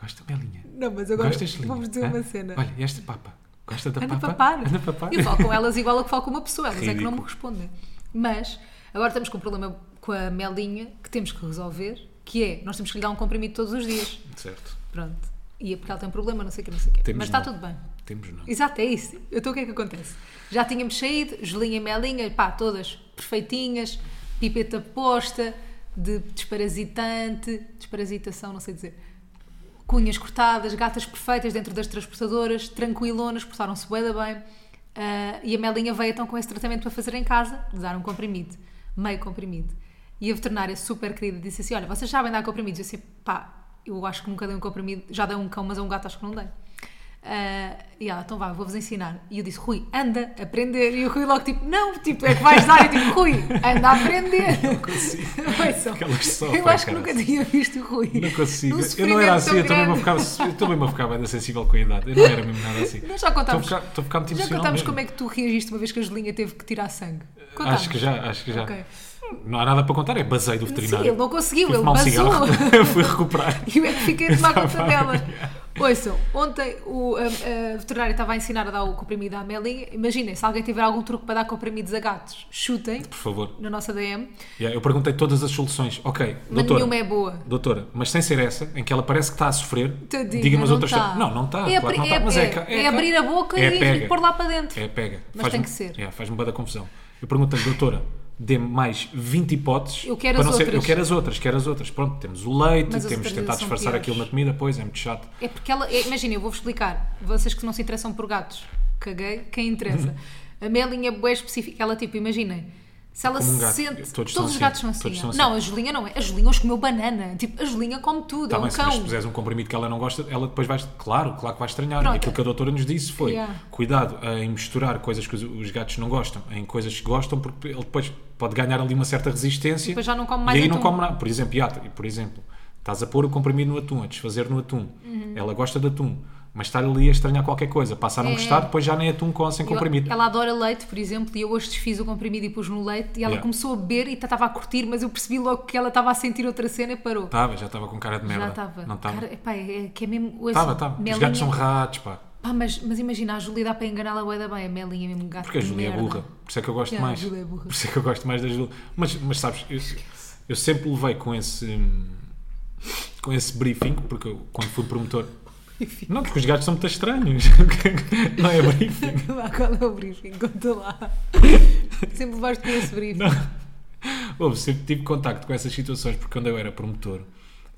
Gosta, Melinha?
Não, mas agora
Gostas, Linha?
vamos dizer
Hã?
uma cena.
Olha, e esta papa. Gosta da
Anda
papa?
para par.
Anda para par.
Eu falo com elas igual a que falo com uma pessoa, elas é que não
Ridículo.
me respondem. Mas agora estamos com um problema com a Melinha que temos que resolver, que é nós temos que lhe dar um comprimido todos os dias.
Certo.
Pronto. E é porque ela tem um problema, não sei o que, não sei o que.
Temos
Mas está
não.
tudo bem.
Temos não.
Exato, é isso. Então o que é que acontece? Já tínhamos saído, Julinha e Melinha, pá, todas perfeitinhas, pipeta posta, de desparasitante, desparasitação, não sei dizer. Cunhas cortadas, gatas perfeitas dentro das transportadoras, tranquilonas, portaram-se bué da bem. Ah, e a Melinha veio então com esse tratamento para fazer em casa, de dar um comprimido, meio comprimido. E a veterinária super querida disse assim: Olha, vocês sabem dar comprimidos? Eu disse: Pá, eu acho que nunca dei um comprimido, já dei um cão, mas a um gato acho que não dei. Ah, e ela, então vá, vou-vos ensinar. E eu disse, Rui, anda, aprender. E o Rui logo, tipo, não, tipo, é que vais dar. E tipo, Rui, anda a aprender. Não
consigo. Aquelas
consigo.
sofrem,
Eu acho que
cara.
nunca tinha visto o Rui.
Não consigo.
num
eu não era
sofrimento
assim,
tão
eu também, me
grande.
ficava, eu também me ficava ainda sensível com a idade. Eu não era mesmo nada assim.
Nós já contámos.
Estou a ficar- estou a ficar muito
Já
emocional
contámos
mesmo.
como é que tu reagiste uma vez que a Angelinha teve que tirar sangue. Contámos.
Acho que já, acho que já.
Ok.
Não há nada para contar, é basei do
Sim,
veterinário.
ele não conseguiu,
Tive
ele
mal de
basou.
cigarro. Eu fui recuperar.
E eu é que fiquei a tomar conta dela. Ouçam, ontem o a, a veterinária estava a ensinar a dar o comprimido à Amélia. Imaginem, se alguém tiver algum truque para dar comprimidos a gatos, chutem
Por favor.
na nossa DM.
Yeah, eu perguntei todas as soluções. Ok,
Mas
doutora.
nenhuma é boa.
Doutora, mas sem ser essa, em que ela parece que está a sofrer,
Tadinha,
diga-me as
não
outras.
tá.
tra- Não, não está.
É,
claro que não está.
abri- é-
mas é,
é-
ca-
é abrir a boca
é
e
pega.
pôr lá para dentro.
É pega.
Mas tem que ser.
yeah, Faz-me bada confusão. Eu perguntei, doutora, dê-me mais 20 hipóteses.
Eu quero
para
as
não ser-
outras.
eu quero as outras, quero as outras. Pronto, temos o leite,
Mas as
temos
outras
tentar
são
disfarçar
piores.
aquilo na comida, pois é muito chato.
É porque ela. é, Imaginem, eu vou-vos explicar. Vocês que não se interessam por gatos, caguei, quem interessa. A Melinha é bué específica. Ela, tipo, imaginem. Se ela
Uhum. Como um
se
gato. Todos
sente. Todos,
são
os
assim.
gatos são assim.
Todos são assim.
Não, a Julinha não é. A Julinha hoje comeu banana. Tipo, a Julinha come tudo.
Tá
é um
bem, se- mas se
cão.
puseres um comprimido que ela não gosta, ela depois vai. Claro, claro que vai estranhar.
Pronto.
E aquilo que a doutora nos disse foi:
Yeah.
cuidado em misturar coisas que os, os gatos não gostam em coisas que gostam, porque ele depois pode ganhar ali uma certa resistência.
Depois já não come mais
E aí não
atum.
come nada. Por exemplo, yeah, por exemplo, estás a pôr o comprimido no atum, a desfazer no atum. Ela gosta de atum, mas está ali a estranhar qualquer coisa. Passa a não
Uhum. É.
gostar, depois já nem atum com sem
Eu-
comprimido.
ela adora leite, por exemplo, e eu hoje desfiz o comprimido e pus no leite e ela
Yeah.
começou a beber e estava a curtir, mas eu percebi logo que ela estava a sentir outra cena e parou.
Estava, já estava com cara de Tá, merda.
Já estava.
Não estava.
Cara, epá, é, é que é mesmo. ouço,
Estava, estava. Os
Melinha-
gatos são ratos, pá.
Pá, mas, mas imagina, a Julia dá para enganá-la bué da bem, a Melinha é mesmo gato.
Porque a
de
Júlia é
merda.
burra. Por isso é que eu gosto
Yeah,
mais.
a Júlia é burra.
Por isso é que eu gosto mais da Júlia. Mas, mas sabes, eu, eu sempre levei com esse hum, com esse briefing, porque eu, quando fui promotor. Não, porque os gatos são muito estranhos. Não é briefing.
Lá, qual é o briefing? Conta lá. Sempre levaste com esse briefing.
Houve, sempre tive contacto com essas situações, porque quando eu era promotor,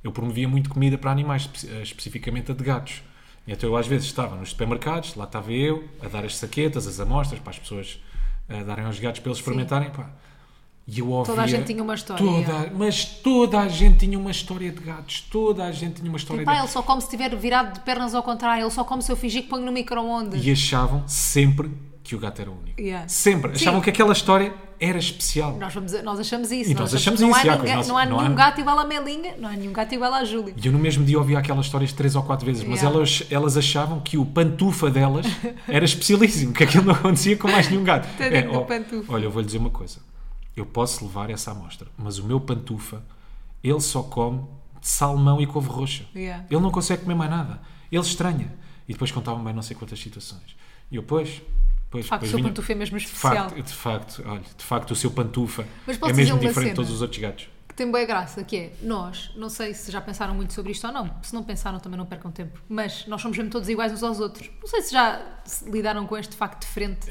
eu promovia muito comida para animais, espe- eh, especificamente a de gatos. Então eu às vezes estava nos supermercados, lá estava eu, a dar as saquetas, as amostras, para as pessoas eh, darem aos gatos para eles experimentarem. pá. E eu ouvia...
a gente tinha uma história,
toda- mas toda a gente tinha uma história de gatos. Toda a gente tinha uma história
Pá,
de
ele só come se estiver virado de pernas ao contrário, ele só come se eu fingir que ponho no micro-ondas.
E achavam sempre que o gato era único.
Yeah.
Sempre. Achavam
Sim.
que aquela história era especial.
Nós, vamos- nós achamos isso.
E nós achamos
não
isso,
Há
já, com
ninguém-
os nossos-
não há
não há-
nenhum gato igual à Melinha, não há nenhum gato igual à Júlia.
E eu no mesmo dia ouvia aquelas histórias três ou quatro vezes, mas
Yeah.
elas, elas achavam que o pantufa delas era especialíssimo, que aquilo não acontecia com mais nenhum gato. É,
Tadinho do pantufa.
Olha, eu vou-lhe dizer uma coisa. Eu posso levar essa amostra, mas o meu pantufa, ele só come salmão e couve roxa.
Yeah.
Ele não consegue comer mais nada. Ele estranha. E depois contavam mais não sei quantas situações. E eu, pois... Pois,
De facto, o
pois
seu
vinha-
pantufa é mesmo
de
especial.
facto, de facto, olha, de facto o seu pantufa
Mas
é
posso dizer
mesmo
uma
diferente de
cena?
todos os outros gatos.
que tem boa graça, que é nós, não sei se já pensaram muito sobre isto ou não, se não pensaram também não percam tempo, mas nós somos mesmo todos iguais uns aos outros. Não sei se já se lidaram com este facto de frente.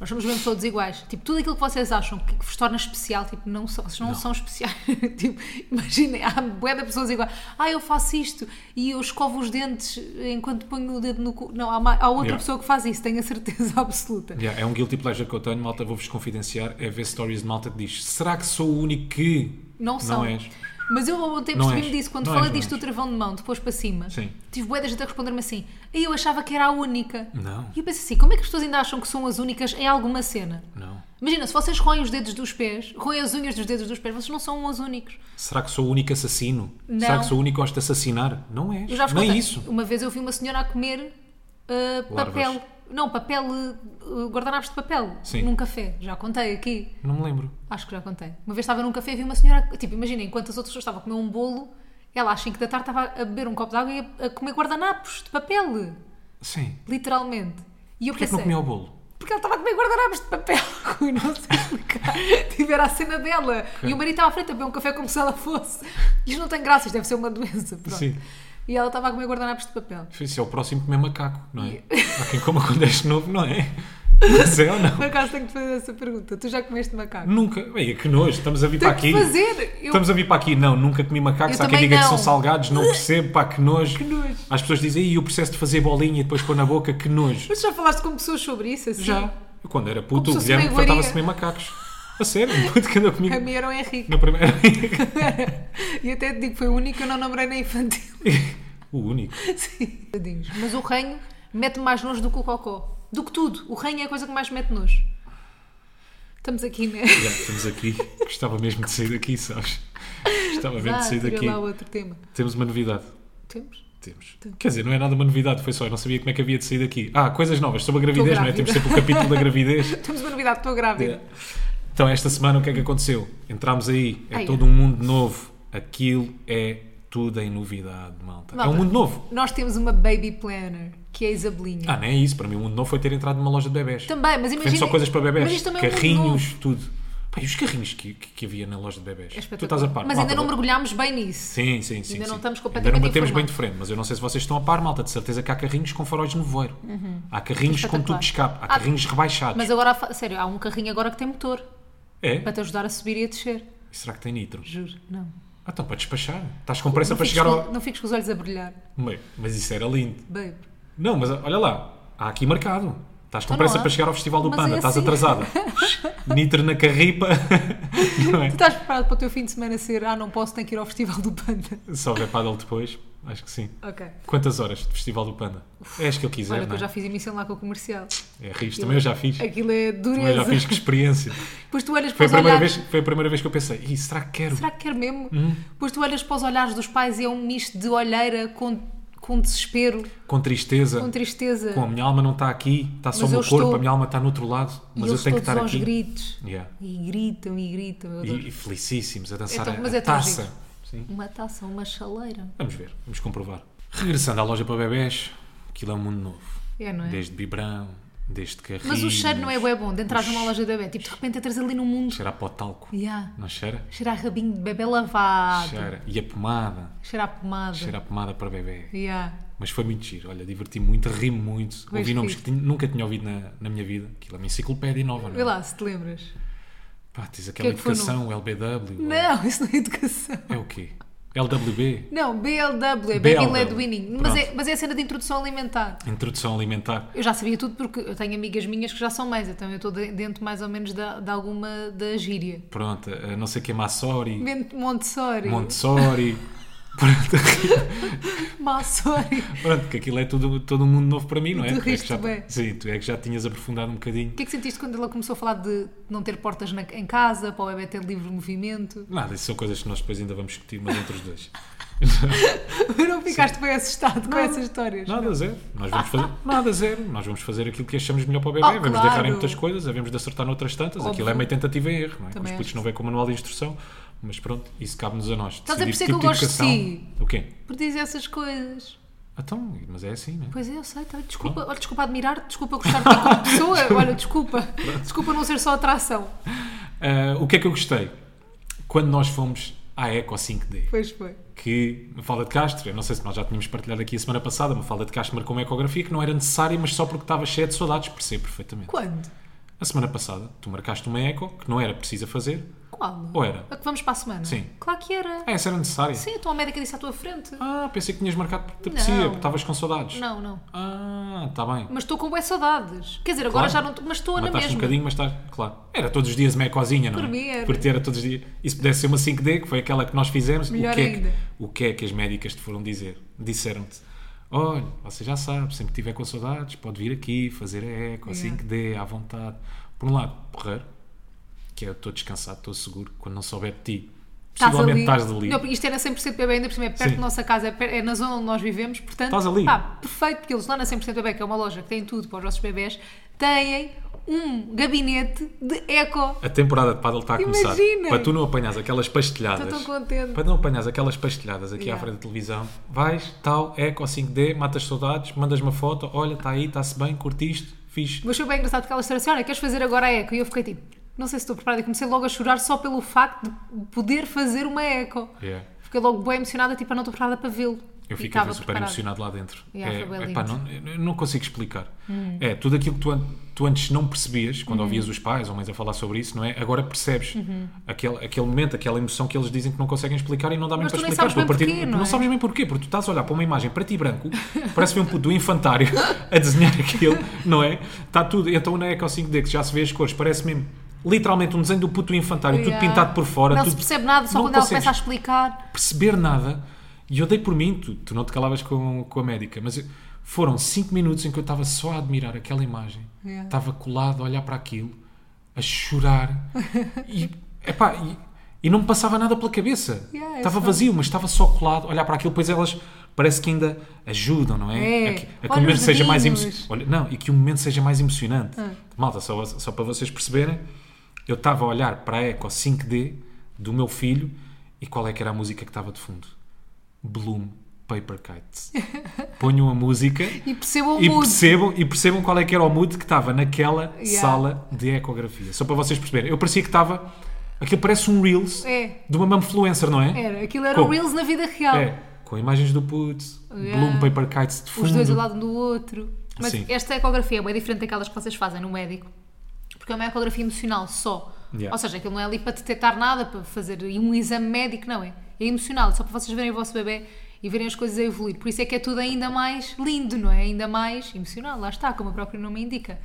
Nós somos mesmo todos iguais. Tipo, tudo aquilo que vocês acham que vos torna especial, tipo, não são, vocês não, são especiais. tipo, imaginem, há bué de pessoas iguais. Ah, eu faço isto e eu escovo os dentes enquanto ponho o dedo no cu. Não, há, ma- há outra
Yeah.
pessoa que faz isso, tenho a certeza absoluta.
Yeah, é um guilty pleasure que eu tenho, malta, vou-vos confidenciar, é ver stories de malta que diz será que sou o único que
Não são.
és?
Mas eu ontem
Não
percebi-me
és.
disso quando
Não
falei
és, não
disto do
és.
travão de mão, depois para cima.
Sim.
Tive bué da gente a responder-me assim. E eu achava que era a única.
Não.
E eu penso assim, como é que as pessoas ainda acham que são as únicas em alguma cena?
Não.
Imagina, se vocês roem os dedos dos pés, roem as unhas dos dedos dos pés, vocês não são os únicos.
Será que sou o único assassino?
Não.
Será que sou o único que gosta de assassinar? Não és.
Eu já vos
Nem
contei.
isso.
Uma vez eu vi uma senhora a comer
Larvas.
uh, papel. Não, papel, uh, guardanapos de papel.
Sim.
Num café. Já contei aqui.
Não me lembro.
Acho que já contei. Uma vez estava num café e vi uma senhora. Tipo, imagina, enquanto as outras pessoas estavam a comer um bolo, ela às 5 da tarde estava a beber um copo de água e a, a comer guardanapos de papel.
Sim.
Literalmente. E eu
Porquê é que
pensei.
não comia o bolo?
Porque ela estava a comer guardanapos de papel. Rui, não sei explicar. Tiveram a cena dela. E o marido estava à frente a beber um café como se ela fosse. Isto não tem graça, isto deve ser uma doença. Pronto.
Sim.
E ela estava a comer guardanapos de papel.
Isso é o próximo comer macaco, não é? Há quem coma quando és novo, não é? Mas é ou
Por
não?
acaso tenho que fazer essa pergunta. Tu já comeste macaco?
Nunca. Bem, é que nojo, estamos a vir para
Tenho
aqui.
que fazer. Eu-
Estamos a vir para aqui, não, nunca comi macacos.
Eu
Há quem
também
diga que
não.
são salgados, não percebo, pá, que nojo.
Que nojo.
As pessoas dizem, e o processo de fazer bolinha e depois pôr na boca, que nojo.
Mas já falaste com pessoas sobre isso? Assim?
Já. Eu, quando era puto, o
Como se fosse
Guilherme
uma
fartava-se de
iguaria.
comer macacos. A sério, um puto que andou comigo
A minha era o Henrique.
na primeira.
e até te digo, foi o único que eu não namorei na infantil.
o único.
Sim. Tadinhos. Mas o ranho mete-me mais nojo do que o cocó. Do que tudo. O ranho é a coisa que mais mete nojo. Estamos aqui, né?
Já, estamos aqui. Gostava mesmo de sair daqui, sabes? Gostava mesmo
Ah,
de sair
tira
daqui.
lá outro tema.
Temos uma novidade.
Temos?
Temos. Quer dizer, não é nada uma novidade, foi só. Eu não sabia como é que havia de sair daqui. Ah, coisas novas sobre a
Estou
gravidez, não é?
grávida.
Temos sempre o capítulo da gravidez.
Temos uma novidade, estou grávida.
Então, esta semana o que é que aconteceu? Entramos aí, é
Ai,
todo um mundo novo. Aquilo é tudo em novidade, malta.
Malta.
É um mundo novo.
Nós temos uma baby planner, que é a Isabelinha.
Ah, não é isso. Para mim, o mundo novo foi ter entrado numa loja de bebés.
Também, mas
Vende
imagina.
só coisas para
Mas
bebés.
isto também é um mundo
carrinhos,
novo.
tudo. Pá, e os carrinhos que, que, que havia na loja de bebés?
É
tu
espetacular.
estás a par.
Mas
malta,
ainda não
vou-
mergulhámos bem nisso.
Sim, sim, sim.
Ainda não
sim.
estamos
Ainda
completamente
não batemos bem
informados.
de frente, mas eu não sei se vocês estão a par, malta. De certeza que há carrinhos com faróis de nevoeiro. Há carrinhos com
Uhum. Espetacular.
tudo de escape. Há
Ah,
carrinhos rebaixados.
Mas agora, há fa- sério, há um carrinho agora que tem motor
É?
para te ajudar a subir e a descer.
E será que tem nitro?
Juro, não.
Ah, então para despachar. Estás com pressa
Não
para
fiques
chegar
com-
ao...
Não fiques com os olhos a brilhar.
Meio, Mas isso era lindo.
Babe.
Não, mas olha lá. Há aqui marcado. Estás com
Então não
pressa
há.
para chegar ao Festival do
Mas
Panda.
é
Estás
assim.
atrasada. nitro na carripa. Não é?
Tu estás preparado para o teu fim de semana ser Ah, não posso, tenho que ir ao Festival do Panda.
Só ver paddle depois. Acho que sim.
Ok.
Quantas horas de Festival do Panda? É as que eu quiser,
Olha, que
não
eu
é?
já fiz emissão lá com o comercial.
É rios, também eu já fiz.
Aquilo é
Também eu
dureza.
já fiz, que experiência.
Depois tu olhas
Foi
para
a
os
primeira,
olhares.
vez, foi a primeira vez que eu pensei, Ih, será que quero?
Será que quer mesmo?
Uhum.
Depois tu olhas para os olhares dos pais e é um misto de olheira com, com desespero,
Com tristeza,
com
com,
tristeza.
a minha alma não está aqui, está só o
Mas
meu
eu
corpo,
estou.
a minha alma está no outro lado,
e
mas eu
eles
tenho que
todos
estar
aos
aqui.
gritos.
Yeah.
E gritam e gritam. Eu
E,
adoro.
e felicíssimos a dançar
tão-
a-
mas
a
é tão
taça.
giro.
Sim.
Uma taça, uma chaleira.
Vamos ver, vamos comprovar. Regressando à loja para bebés, aquilo é um mundo novo.
É, não é?
Desde biberão, desde carrinho.
Mas o cheiro não é bué bom de entrar numa loja de bebê. Tipo, de repente entras ali no mundo.
Cheira a pó de talco.
Yeah.
Não cheira?
Cheira a rabinho de bebê lavado. Cheira,
Cheira. E a pomada.
a pomada.
Cheira a pomada para bebê.
Yeah.
Mas foi muito giro, olha, diverti-me muito, ri muito,
Pois
ouvi nomes
fiz.
que tinha- nunca tinha ouvido na, na minha vida. Aquilo é uma enciclopédia nova, não
Vê
é?
lá se te lembras.
Pá, tens aquela
Que é que foi
educação, o LBW.
Não, isso não é educação.
É o quê? LWB?
Não, BLW, é Baby
BLW.
Led Winning. Mas
Pronto.
é, mas é a cena de introdução alimentar.
Introdução alimentar.
Eu já sabia tudo porque eu tenho amigas minhas que já são mães, então eu estou de- dentro mais ou menos da- de, alguma da gíria.
Pronto, a não sei o que é Massori,
Mente- Montessori,
Montessori. Pronto,
Massori.
pronto, que aquilo é tudo, todo um mundo novo para mim, não é?
Tu
é que
riste
já,
bem.
Sim, tu é que já tinhas aprofundado um bocadinho.
O que é que sentiste quando ela começou a falar de não ter portas na- em casa, para o bebê ter livre movimento?
Nada, isso são coisas que nós depois ainda vamos discutir, mas entre os dois.
Não ficaste bem assustado com essas histórias?
Nada zero. Nós vamos fazer nada zero. Nós vamos fazer aquilo que achamos melhor para o bebê.
Ah,
vamos
claro.
errar em muitas coisas, havemos de acertar noutras tantas. Aquilo
Óbvio.
é meio tentativa e erro, não é?
Também
Os putos
acho.
não vêm com o manual de instrução, mas pronto, isso cabe-nos a nós.
Estás a
Decidir
perceber que eu
tipo
gosto de
educação- O quê?
Por dizer essas coisas.
Então, mas é assim, não é?
Pois é, eu sei, tá. desculpa, olha, desculpa admirar, desculpa gostar de ti como pessoa, olha, desculpa, desculpa não ser só atração.
Ah, o que é que eu gostei? Quando nós fomos à Eco 5D,
Pois foi.
que Mafalda de Castro, eu não sei se nós já tínhamos partilhado aqui a semana passada, Mafalda de Castro marcou uma ecografia que não era necessária, mas só porque estava cheia de saudades, percebo perfeitamente.
Quando?
A semana passada, tu marcaste uma eco que não era precisa fazer.
Qual?
Ou era?
A que vamos para a semana?
Sim.
Claro que era.
Ah, essa era necessária.
Sim, então a médica disse à tua frente.
Ah, pensei que tinhas marcado porque te
Não.
apetecia, porque estavas com saudades.
Não, não.
Ah, está bem.
Mas estou com boas saudades. Quer dizer, agora
Claro.
já não estou, mas estou na
Mataste um
mesma.
bocadinho, mas estás. Claro. Era todos os dias uma ecozinha, não é?
Por mim era.
Porque era todos os dias. E se pudesse ser uma 5D, que foi aquela que nós fizemos,
Melhor
o, que É
ainda.
que, o que é que as médicas te foram dizer? Disseram-te: olha, você já sabe, sempre que tiver com saudades, pode vir aqui, fazer a eco, a
Yeah.
5D, à vontade. Por um lado, porreiro, que é eu estou descansado, estou seguro, quando não souber de ti, possivelmente estás ali.
Não, porque isto era 100% bebê, ainda por cima é perto
Sim.
da nossa casa, é, per- é na zona onde nós vivemos, portanto.
Estás ali.
pá, perfeito, porque eles lá na 100% bebê, que é uma loja que tem tudo para os nossos bebés, têm um gabinete de eco.
A temporada de paddle está a começar.
Imagina!
Para tu não apanhares aquelas pastelhadas.
Estou tão contente.
Para não apanhares aquelas pastelhadas aqui
Yeah.
à frente da televisão. Vais, tal, eco 5D, matas saudades, mandas uma foto, olha, está aí, está-se bem, curtiste, fiz.
Mas foi bem engraçado porque elas disseram assim: olha, queres fazer agora a eco? E eu fiquei tipo, não sei se estou preparada. E comecei logo a chorar só pelo facto de poder fazer uma eco.
Yeah.
Fiquei logo bem emocionada, tipo, eu não estou preparada para vê-lo.
Eu
E
fiquei
estava
super
preparada.
emocionado lá dentro.
Yeah, foi bem
é, epá,
lindo. Hum.
não, eu não consigo explicar. É, tudo aquilo que tu, an- tu antes não percebias,
Uhum.
quando ouvias os pais ou mães a falar sobre isso, não é? Agora percebes aquele, aquele momento, aquela emoção que eles dizem que não conseguem explicar e não dá mesmo
Mas
para
tu nem
explicar.
sabes
Tu, a
bem
partir-
porquê,
tu
não é?
sabes bem porquê, porque tu estás a olhar para uma imagem preto e branco, parece ver um puto do infantário a desenhar aquilo, não é? Está tudo. Então na Eco 5D, que já se vê as cores, parece mesmo literalmente um desenho do puto do infantário,
Yeah.
tudo pintado por fora.
Não
tudo-
se percebe nada, só
não
quando ela
consegues
começa a explicar.
perceber nada. E eu dei por mim, tu, tu não te calavas com, com a médica, mas eu- foram 5 minutos em que eu estava só a admirar aquela imagem,
Yeah.
estava colado a olhar para aquilo, a chorar. e, epá, e, e não me passava nada pela cabeça.
Yeah,
estava
eu sei.
vazio, mas estava só colado a olhar para aquilo, pois elas parece que ainda ajudam, não é?
É.
A que, a que
Olha
o momento
os Ah.
seja mais
dedinhos.
emocionante. Olha, não, e que o momento seja mais emocionante. Malta, só, só para vocês perceberem, eu estava a olhar para a Eco 5D do meu filho e qual é que era a música que estava de fundo? Bloom Paper Kites. Ponham a música
E percebam o
e
mood.
percebam, e percebam qual é que era o mood que estava naquela
Yeah.
sala de ecografia. Só para vocês perceberem. Eu parecia que estava... Aquilo parece um Reels
É.
de uma mamfluencer, não é?
Era, aquilo era
Como?
o Reels na vida real.
É. Com imagens do Putz,
Yeah.
Bloom Paper Kites de fundo.
Os dois ao lado um do outro. Mas
Sim.
esta ecografia é bem diferente daquelas que vocês fazem no médico. Porque é uma ecografia emocional só.
Yeah.
Ou seja, aquilo não é ali para detectar nada, para fazer um exame médico, não é? É emocional, só para vocês verem o vosso bebê e verem as coisas a evoluir. Por isso é que é tudo ainda mais lindo, não é? Ainda mais emocional, lá está, como o próprio nome indica.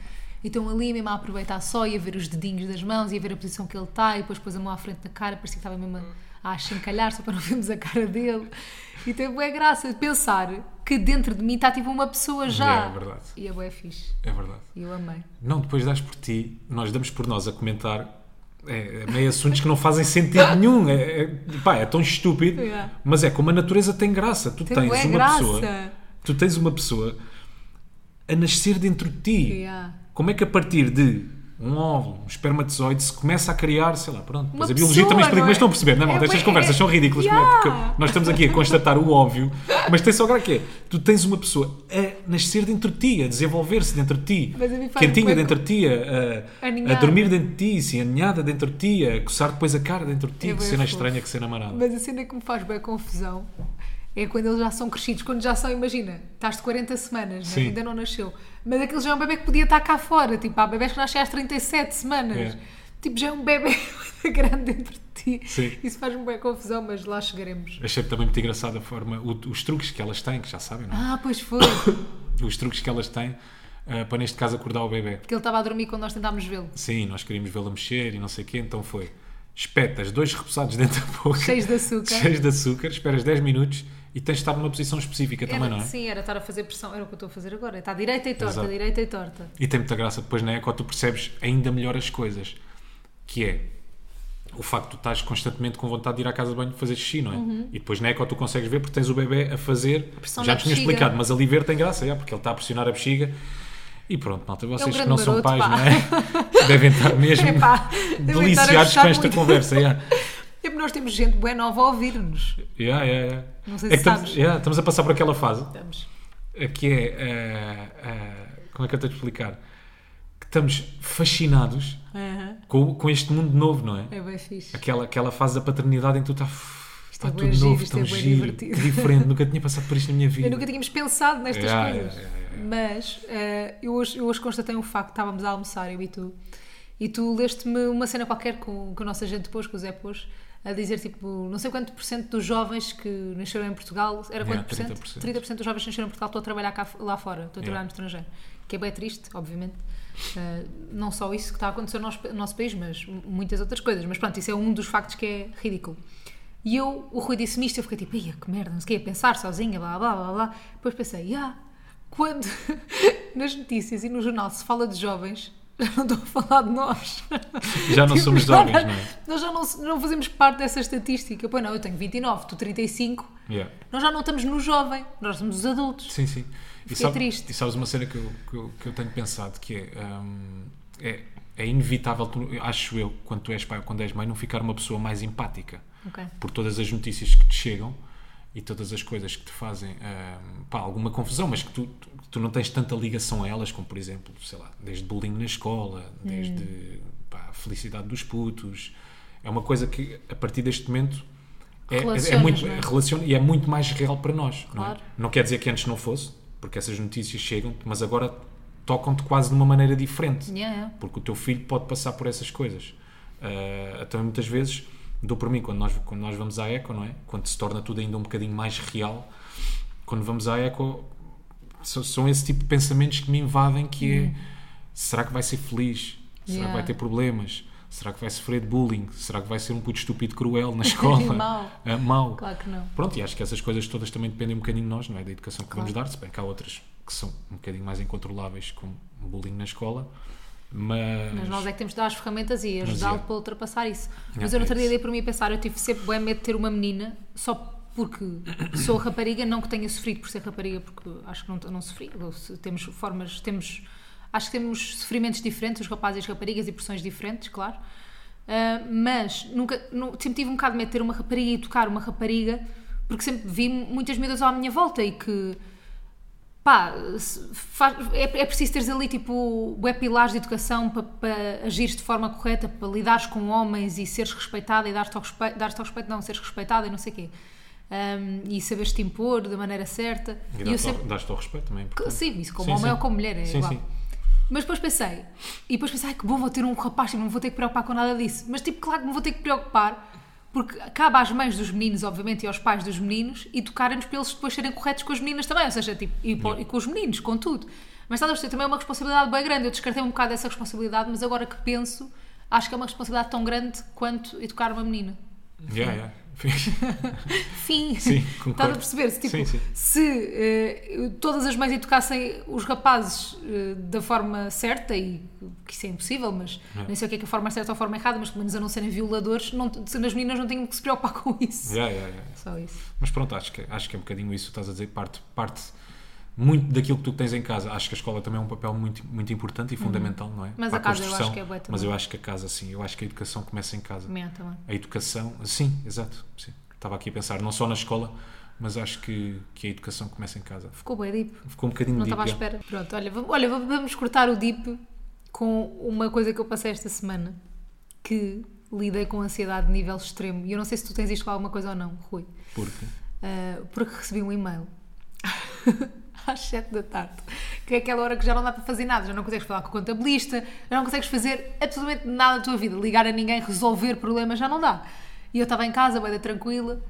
E estão ali mesmo a aproveitar só e a ver os dedinhos das mãos e a ver a posição que ele está e depois pôs a mão à frente da cara, parecia que estava mesmo a, a achincalhar só para não vermos a cara dele. E tem boa graça de pensar que dentro de mim está tipo uma pessoa já.
É, é verdade.
E a boa é fixe.
É verdade.
E eu amei.
Não, depois das por ti, nós damos por nós a comentar é, é meio assuntos que não fazem sentido nenhum. É, é- pá, é tão estúpido,
Yeah.
mas é como a natureza tem graça. Tu
Tem
tens
bué
uma
graça.
pessoa, tu tens uma pessoa a nascer dentro de ti.
Yeah.
Como é que a partir de um óvulo, um espermatozoide, se começa a criar, sei lá, pronto. Mas a biologia
pessoa,
também explica,
não é?
mas estão a perceber, não é,
É
malta? Estas
bué-
conversas
é-
são ridículas,
Yeah.
como é? porque nós estamos aqui a constatar o óbvio, mas tem só graça que é, tu tens uma pessoa a nascer dentro de ti, a desenvolver-se dentro de ti,
Mas a mim faz
quentinha
bué
dentro de ti, a, a,
Aninhada.
dormir dentro de ti, assim, aninhada dentro de ti, a coçar depois a cara dentro de ti,
É
que
bué
cena
fofo.
estranha, que cena marada.
Mas a cena que me faz bem confusão é quando eles já são crescidos, quando já são, imagina, estás de 40 semanas, né?
Sim.
ainda não nasceu, mas aquele já é um bebê que podia estar cá fora, tipo, há bebés que nascem às 37 semanas,
É.
tipo, já é um bebê grande dentro de ti.
Sim.
Isso faz-me bem confusão, mas lá chegaremos.
Achei também muito engraçada a forma, o- os truques que elas têm, que já sabem, não é?
Ah, pois foi,
Os truques que elas têm ah, para, neste caso, acordar o bebê.
porque ele estava a dormir quando nós tentámos vê-lo.
Sim, nós queríamos vê-la mexer e não sei o quê, então foi. Espetas dois repousados dentro da boca.
Cheios de açúcar.
Cheios de açúcar, esperas 10 minutos e tens de estar numa posição específica também,
Era-
não é?
Sim, era estar a fazer pressão, era o que eu estou a fazer agora, está direita e torta,
Exato.
direita e torta.
E tem muita graça depois na eco, tu percebes ainda melhor as coisas. Que é o facto de tu estás constantemente com vontade de ir à casa de banho fazer xixi, não é? E depois na eco tu consegues ver porque tens o bebê a fazer.
Uhum. pressão
já
na
te tinha
bexiga.
explicado, mas ali ver tem graça, é, porque ele está a pressionar a bexiga. E pronto, malta, vocês que
É um grande
não são
maroto,
pais,
pá.
não é? Devem estar mesmo
Epá, devem estar a
deliciados com
gostar
esta
muito.
conversa. é.
É porque nós temos gente boa nova a ouvir-nos.
Yeah, yeah, yeah.
Não
É
sei se
que estamos,
sabes.
yeah, estamos a passar por aquela fase
Estamos.
eh, que é. eh, eh, como é que eu tenho de explicar? Que estamos fascinados
Aham.
com, com este mundo novo, não é?
É bem fixe.
Aquela, aquela fase da paternidade em que tu está. Está
é
tudo
bué giro,
novo,
isto
tão
é bué
giro,
divertido.
diferente. Nunca tinha passado por isto na minha vida.
Eu nunca tínhamos pensado nestas
Yeah,
coisas.
yeah, yeah,
Mas eh, eu, hoje, eu hoje constatei um facto: estávamos a almoçar, eu e tu, e tu leste-me uma cena qualquer com, que a nossa gente pôs, que o Zé pôs, a dizer tipo, não sei quanto por cento dos jovens que nasceram em Portugal, era
Yeah,
quanto por cento?
30%.
30% dos jovens que nasceram em Portugal estão a trabalhar cá, lá fora, estão a trabalhar
Yeah.
no estrangeiro. Que é bem triste, obviamente. Eh, não só isso que está a acontecer no nosso, no nosso país, mas m- muitas outras coisas. Mas pronto, isso é um dos factos que é ridículo. E eu, o Rui disse-me isto, eu fiquei tipo, ia que merda, não sei o quê, a pensar sozinha, blá blá blá blá. Depois pensei, ah, quando nas notícias e no jornal se fala de jovens, já não estou a falar de nós.
Já não
Tipo,
somos
já
jovens, não é?
Nós já não, se- não fazemos parte dessa estatística. Pois não, eu tenho 29, tu 35,
Yeah.
nós já não estamos no jovem, nós somos os adultos.
Sim, sim. E,
Fiquei triste.
e sabes uma cena que eu, que, eu, que eu tenho pensado que é, hum, é é inevitável, tu- eu acho eu, quando tu és pai ou quando és mãe, não ficar uma pessoa mais empática
Ok.
por todas as notícias que te chegam e todas as coisas que te fazem hum, pá, alguma confusão, mas que tu, tu- tu não tens tanta ligação a elas, como por exemplo, sei lá, desde bullying na escola, desde
Hum.
pá, a felicidade dos putos. É uma coisa que a partir deste momento é, é- é
Relacionas,
muito
não é?
relaciona e é muito mais real para nós. não é?
Claro.
Não quer dizer que antes não fosse, porque essas notícias chegam, mas agora tocam-te quase de uma maneira diferente.
Yeah, yeah.
Porque o teu filho pode passar por essas coisas. Ah, até muitas vezes dou por mim, quando nós, quando nós vamos à eco, não é? Quando se torna tudo ainda um bocadinho mais real, quando vamos à eco, so- são esse tipo de pensamentos que me invadem que é, será que vai ser feliz? Será
Yeah.
que vai ter problemas? Será que vai sofrer de bullying? Será que vai ser um puto estúpido cruel na escola?
Mau.
Ah, mau.
Claro que não.
Pronto, e acho que essas coisas todas também dependem um bocadinho de nós, não é? Da educação que vamos dar, se bem que há outras que são um bocadinho mais incontroláveis, como um bullying na escola, mas.
Mas nós é que temos de dar as ferramentas e ajudá-lo
é.
para ultrapassar isso. Mas
Yeah,
eu no outro
é
dia
isso.
dei por mim a pensar, eu tive sempre bem medo de ter uma menina, só porque sou rapariga, não que tenha sofrido por ser rapariga, porque acho que não, não sofri. Ou se- Temos formas, temos. Acho que temos sofrimentos diferentes, os rapazes e as raparigas, e pressões diferentes, claro. Ah, mas nunca, nu- sempre tive um bocado de medo de ter uma rapariga e tocar uma rapariga Porque sempre vi muitas miúdas à minha volta e que. Pá, se faz- é, é preciso teres ali tipo bué pilares de educação para, para agires de forma correta, para lidares com homens e seres respeitada e dar-te ao respeito, dar-te ao respeito, não, seres respeitada e não sei o quê. Ahm, e saberes te impor da maneira certa.
E
eu
dás-te
sempre-
ao- dás-te ao respeito também.
que-
portanto.
Sim, isso como
Sim,
homem
sim.
ou como mulher, é
Sim,
igual.
sim.
Mas depois pensei, e depois pensei, ai que bom, vou ter um rapaz, tipo, não vou ter que preocupar com nada disso. Mas tipo, claro que me vou ter que preocupar, porque cabe às mães dos meninos, obviamente, e aos pais dos meninos, e tocarem-nos para eles depois serem corretos com as meninas também, ou seja, tipo, e, po- e com os meninos, com tudo. Mas estás a perceber, também é uma responsabilidade bem grande. Eu descartei um bocado dessa responsabilidade, mas agora que penso, acho que é uma responsabilidade tão grande quanto educar uma menina.
Yeah, yeah.
Fim.
Sim,
Estás
concordo.
a perceber? Se, tipo,
Sim, sim.
se eh, todas as mães educassem os rapazes eh, da forma certa, e que isso é impossível, mas nem sei o que é que a forma certa ou a forma errada, mas pelo menos a não serem violadores, não, se as meninas não tinham que se preocupar com isso.
Yeah, yeah, yeah.
Só isso.
Mas pronto, acho que, acho que é um bocadinho isso que estás a dizer, parte, parte muito daquilo que tu tens em casa. Acho que a escola também é um papel muito, muito importante e fundamental, não é?
Uhum. Mas
Para
a casa eu
construção.
acho que é bué também.
Mas eu acho que a casa, sim. Eu acho que a educação começa em casa.
Minha também.
A educação, sim, exato. Sim. Estava aqui a pensar, não só na escola, mas acho que, que a educação começa em casa.
Ficou bem deep.
Ficou um bocadinho
Não
deep,
estava à
yeah.
espera. Pronto, olha, vamos, olha, vamos- vamos cortar o deep com uma coisa que eu passei esta semana que lidei com ansiedade de nível extremo. E eu não sei se tu tens isto com alguma coisa ou não, Rui.
Porque
Uh, porque recebi um e-mail às 7 da tarde, que é aquela hora que já não dá para fazer nada, já não consegues falar com o contabilista, já não consegues fazer absolutamente nada da tua vida, ligar a ninguém, resolver problemas, já não dá. E eu estava em casa, bem tranquila,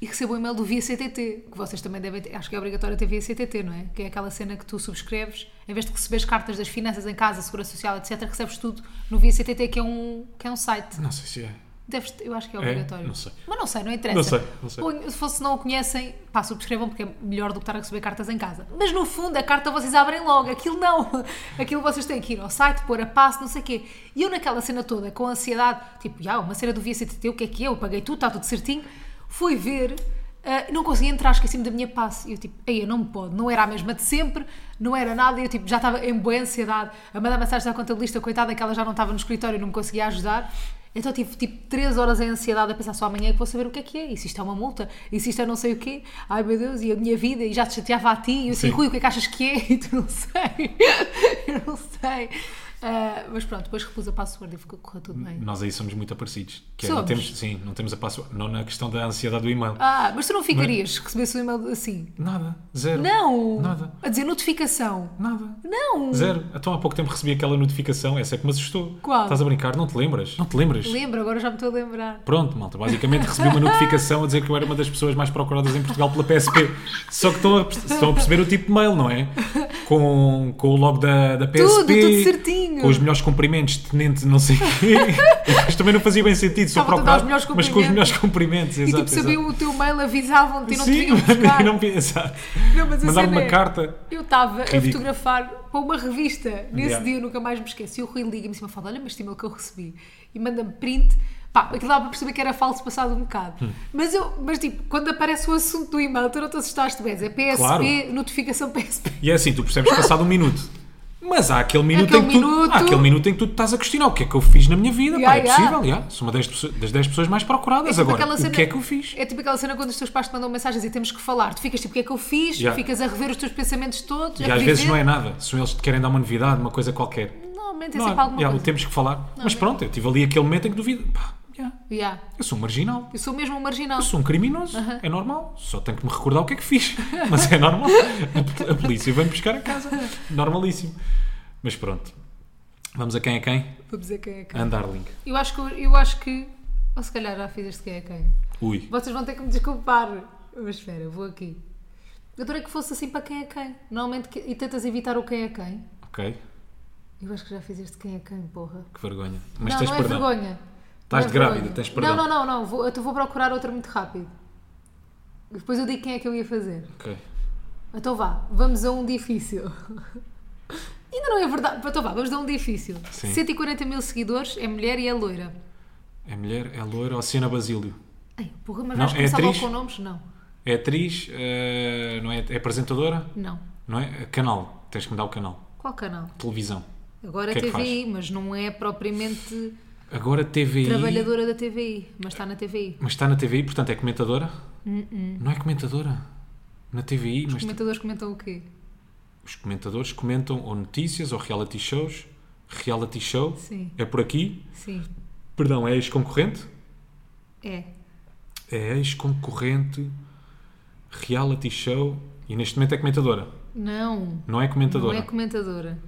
e recebo um e-mail do Via CTT, que vocês também devem ter, acho que é obrigatório ter Via CTT, não é? Que é aquela cena que tu subscreves, em vez de receberes cartas das finanças em casa, segurança social, etc, recebes tudo no Via CTT, que é um, que é um site.
não sei se é.
Deves, eu acho que é obrigatório.
não sei.
Mas não sei, não interessa.
Não sei, não sei.
Ou, se fosse, não o conhecem, pá, subscrevam porque é melhor do que estar a receber cartas em casa. Mas no fundo, a carta vocês abrem logo. Aquilo não. Aquilo vocês têm que ir ao site, pôr a passo, não sei o quê. E eu naquela cena toda, com ansiedade, tipo, já, uma cena do VCTT, o que é que é? Eu paguei tudo, está tudo certinho. Fui ver, ah, não consegui entrar, esqueci-me da minha passe. E eu tipo, ei, eu não me pode. Não era a mesma de sempre, não era nada. E eu tipo, já estava em boa ansiedade. A mandar mensagem à contabilista, coitada, que ela já não estava no escritório e não me conseguia ajudar. Então tive tipo 3 horas em ansiedade a pensar só amanhã é que vou saber o que é que é, e se isto é uma multa, e se isto é não sei o quê, ai meu Deus, e a minha vida, e já te chateava a ti, e eu assim,
Sim.
Rui, o que é que achas que é? E tu não sei, eu não sei. Ah, mas pronto, depois repus a password e ficou correu tudo bem.
Nós aí somos muito aparecidos. Que é,
Somos.
Não temos, sim, não temos a passo. Não na questão da ansiedade do e-mail.
Ah, mas tu não ficarias se recebesse um e-mail assim?
Nada. Zero.
Não!
Nada.
A dizer notificação.
Nada.
Não!
Zero. Então há pouco tempo recebi aquela notificação, essa é que me assustou.
Qual?
Estás a brincar, não te lembras? Não te lembras?
Lembro, agora já me estou a lembrar.
Pronto, malta, basicamente recebi uma notificação a dizer que eu era uma das pessoas mais procuradas em Portugal pela PSP. Só que estão a, estão a perceber o tipo de mail, não é? Com, com o logo da, da PSP.
tudo certinho.
Com os melhores cumprimentos, tenente não sei o quê. Mas também não fazia bem sentido, só
Estava a dar os
procurado,
melhores
mas com os melhores cumprimentos,
E
exato.
tipo, sabiam o teu mail, avisavam-te e
exato.
não te
Sim,
vinham buscar.
não, exato.
Não, mas a
Mandaram
cena
uma
é-
carta.
Eu estava a
Ridículo.
fotografar para uma revista. Nesse
Yeah.
dia eu nunca mais me esqueço. E o Rui liga-me e me fala: Olha, mas este e-mail que eu recebi. E manda-me print. Pá, aquilo dá para perceber que era falso passado um bocado.
Hum.
Mas, eu, mas tipo, quando aparece o assunto do e-mail, tu não te assustaste bem. É PSP,
Claro.
notificação PSP.
E é assim, tu percebes passado um minuto. Mas há aquele minuto,
Aquele
em, que tu,
minuto.
há aquele minuto em que tu te estás a questionar o que é que eu fiz na minha vida.
Yeah,
pá, é
yeah.
possível, yeah. sou uma das, pesso- das 10 pessoas mais procuradas
tipo
agora.
aquela
O
cena-
que é que eu fiz?
É tipo aquela cena quando os teus pais te mandam mensagens e temos que falar. Tu ficas tipo, o que é que eu fiz?
Yeah.
Ficas a rever os teus pensamentos todos.
E
a
às vezes
reviver.
não é nada. São eles que te querem dar uma novidade, uma coisa qualquer.
Normalmente é
Não,
sempre alguma
yeah,
coisa.
temos que falar. Mas pronto, eu tive ali aquele momento em que duvido. Pá, yeah,
Yeah.
eu sou um marginal.
Eu sou mesmo um marginal.
Eu sou um criminoso. É normal. Só tenho que me recordar o que é que fiz. Mas é normal. A pol- A polícia vem buscar a casa. Normalíssimo. Mas pronto. Vamos a quem é quem?
Vou dizer quem é quem.
Andarling.
Eu acho que. Eu acho que ou se calhar já fiz este quem é quem.
Ui.
Vocês vão ter que me desculpar. Mas espera, eu vou aqui. Eu adorei que fosse assim para quem é quem. Normalmente que- e tentas evitar o quem é quem.
Ok.
Eu acho que já fiz este quem é quem, porra.
Que vergonha. Mas
não,
tens
não é
perdão.
vergonha.
Estás
Não é
de grávida,
vergonha.
tens perdão.
Não, não, não, não. Vou, eu te vou procurar outra muito rápido. Depois eu digo quem é que eu ia fazer.
Ok.
Então vá, vamos a um difícil. Ainda não é verdade. Então vá, vamos a um difícil.
Sim.
140 mil seguidores, é mulher e é loira.
É mulher, é loira, Oceana Basílio.
Ai, porra, mas
Não,
vais
é
começar logo
atriz?
com nomes? Não,
É atriz, eh, não é, é apresentadora,
não.
não é? Canal, tens que me dar o canal.
Qual canal?
Televisão.
Agora
O que é que
TVI, mas não é propriamente
Agora TVI.
trabalhadora da TVI, mas está na TVI.
Mas está na TVI, portanto é comentadora. Não é comentadora? Na TVI,
Os
mas
comentadores comentam o quê?
os comentadores comentam ou notícias ou reality shows. Reality show
Sim.
é por aqui.
Sim.
Perdão, é ex-concorrente?
É.
É ex-concorrente. Reality show. E neste momento é comentadora.
Não.
Não é comentadora.
Não é comentadora.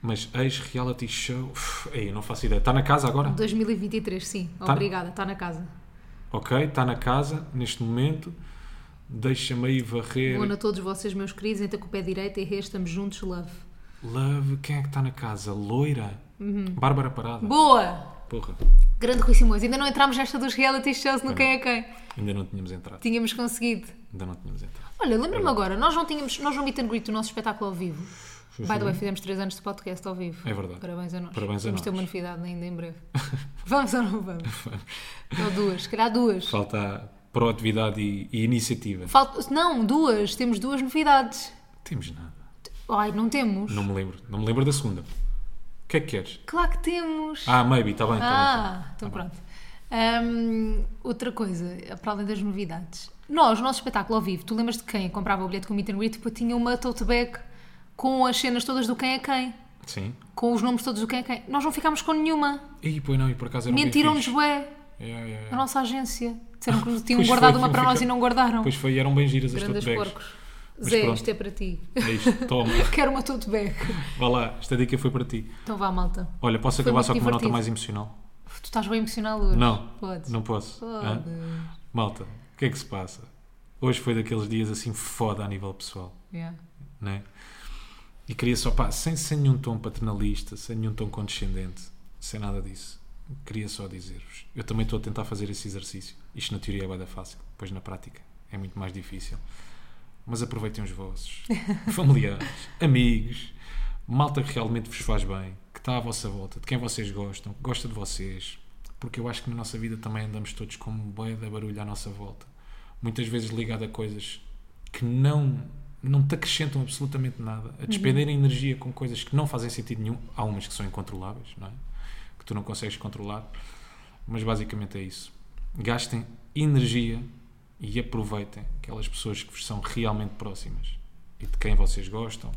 Mas ex-reality show. Uf, ei, eu não faço ideia. Está na casa agora?
2023, sim.
Ah. Tá.
Obrigada. Está na casa.
Ok, está na casa neste momento. Deixa-me aí varrer.
Bom ano a todos vocês, meus queridos. Entra com o pé direito e ré, estamos juntos, love.
Love, quem é que está na casa? Loira?
Uhum.
Bárbara Parada.
Boa!
Porra,
Grande Rui Simões. Ainda não entramos nesta dos reality shows no Quem é Quem.
ainda não tínhamos entrado.
Tínhamos conseguido.
Ainda não tínhamos entrado.
Olha, lembra-me agora, nós não tínhamos, nós no meet and greet do nosso espetáculo ao vivo. By the way, fizemos 3 anos de podcast ao vivo.
É verdade.
Parabéns a nós.
Parabéns a
Vamos ter
nós.
uma novidade ainda em breve. vamos ou não vamos? Ou duas, se calhar duas.
Falta proatividade e, e iniciativa.
Falta, não, duas, temos duas novidades.
Temos nada.
Ai, não temos?
Não me lembro. Não me lembro da segunda. O que é que queres?
Claro que temos.
Ah, maybe, está bem, está bem.
Ah, então pronto. Hum, outra coisa, para além das novidades. Nós, o nosso espetáculo ao vivo, tu lembras de quem comprava o bilhete com o meet and greet? Depois tinha uma tote bag com as cenas todas do quem é quem.
Sim.
Com os nomes todos do quem é quem. Nós não ficámos com nenhuma.
E pois não, e por acaso era um
Mentiram-nos
bem
bué.
fixe. Yeah, yeah,
A
yeah.
nossa agência. Disseram que
Pois
tinham
foi,
guardado uma
tinham
para nós
ficado-
e não guardaram.
Pois foi, e eram bem giras as
Grandes
tote bags.
porcos.
Mas
Zé,
pronto.
isto é para ti.
É isto, toma.
Quero uma tote bag.
Vá lá, esta dica foi para ti.
Então vá, malta.
Olha, posso
Foi
acabar
muito
só com uma nota
divertido.
mais emocional?
Tu estás bem emocional hoje.
Não,
Podes.
não posso. Hã?
Podes.
Malta, o que é que se passa? Hoje foi daqueles dias assim foda a nível pessoal,
Yeah.
né? E queria só, pá, sem, sem nenhum tom paternalista, sem nenhum tom condescendente, sem nada disso, queria só dizer-vos. Eu também estou a tentar fazer esse exercício. Isto na teoria é bada fácil, pois na prática é muito mais difícil. Mas aproveitem os vossos, familiares, amigos, malta que realmente vos faz bem, que está à vossa volta, de quem vocês gostam, que gosta de vocês, porque eu acho que na nossa vida também andamos todos com um bué de barulho à nossa volta. Muitas vezes ligado a coisas que não, não te acrescentam absolutamente nada, a despender energia com coisas que não fazem sentido nenhum. Há umas que são incontroláveis, não é? Que tu não consegues controlar, mas basicamente é isso. Gastem energia e aproveitem aquelas pessoas que vos são realmente próximas e de quem vocês gostam,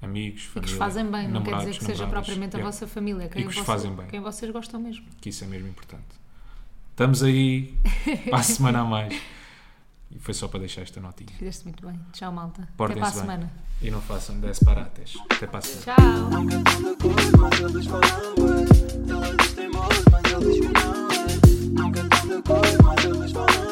amigos,
E que
família,
os fazem bem, não quer dizer
namorados,
que seja
namoradas.
propriamente a
Yeah
vossa família. Quem
que os
vocês-
fazem bem.
Quem vocês gostam mesmo.
que isso é mesmo importante. Estamos aí para a semana a mais. E foi só para deixar esta notinha.
Fizeste muito bem. Tchau, malta. Até para a
Portem-se bem.
semana.
E não façam 10 parates. Até para a semana.
Tchau.
I'm cantando cor, mas eles falam bué. Todos têm voz, mas eles não é. I'm cantando cor, mas eles falam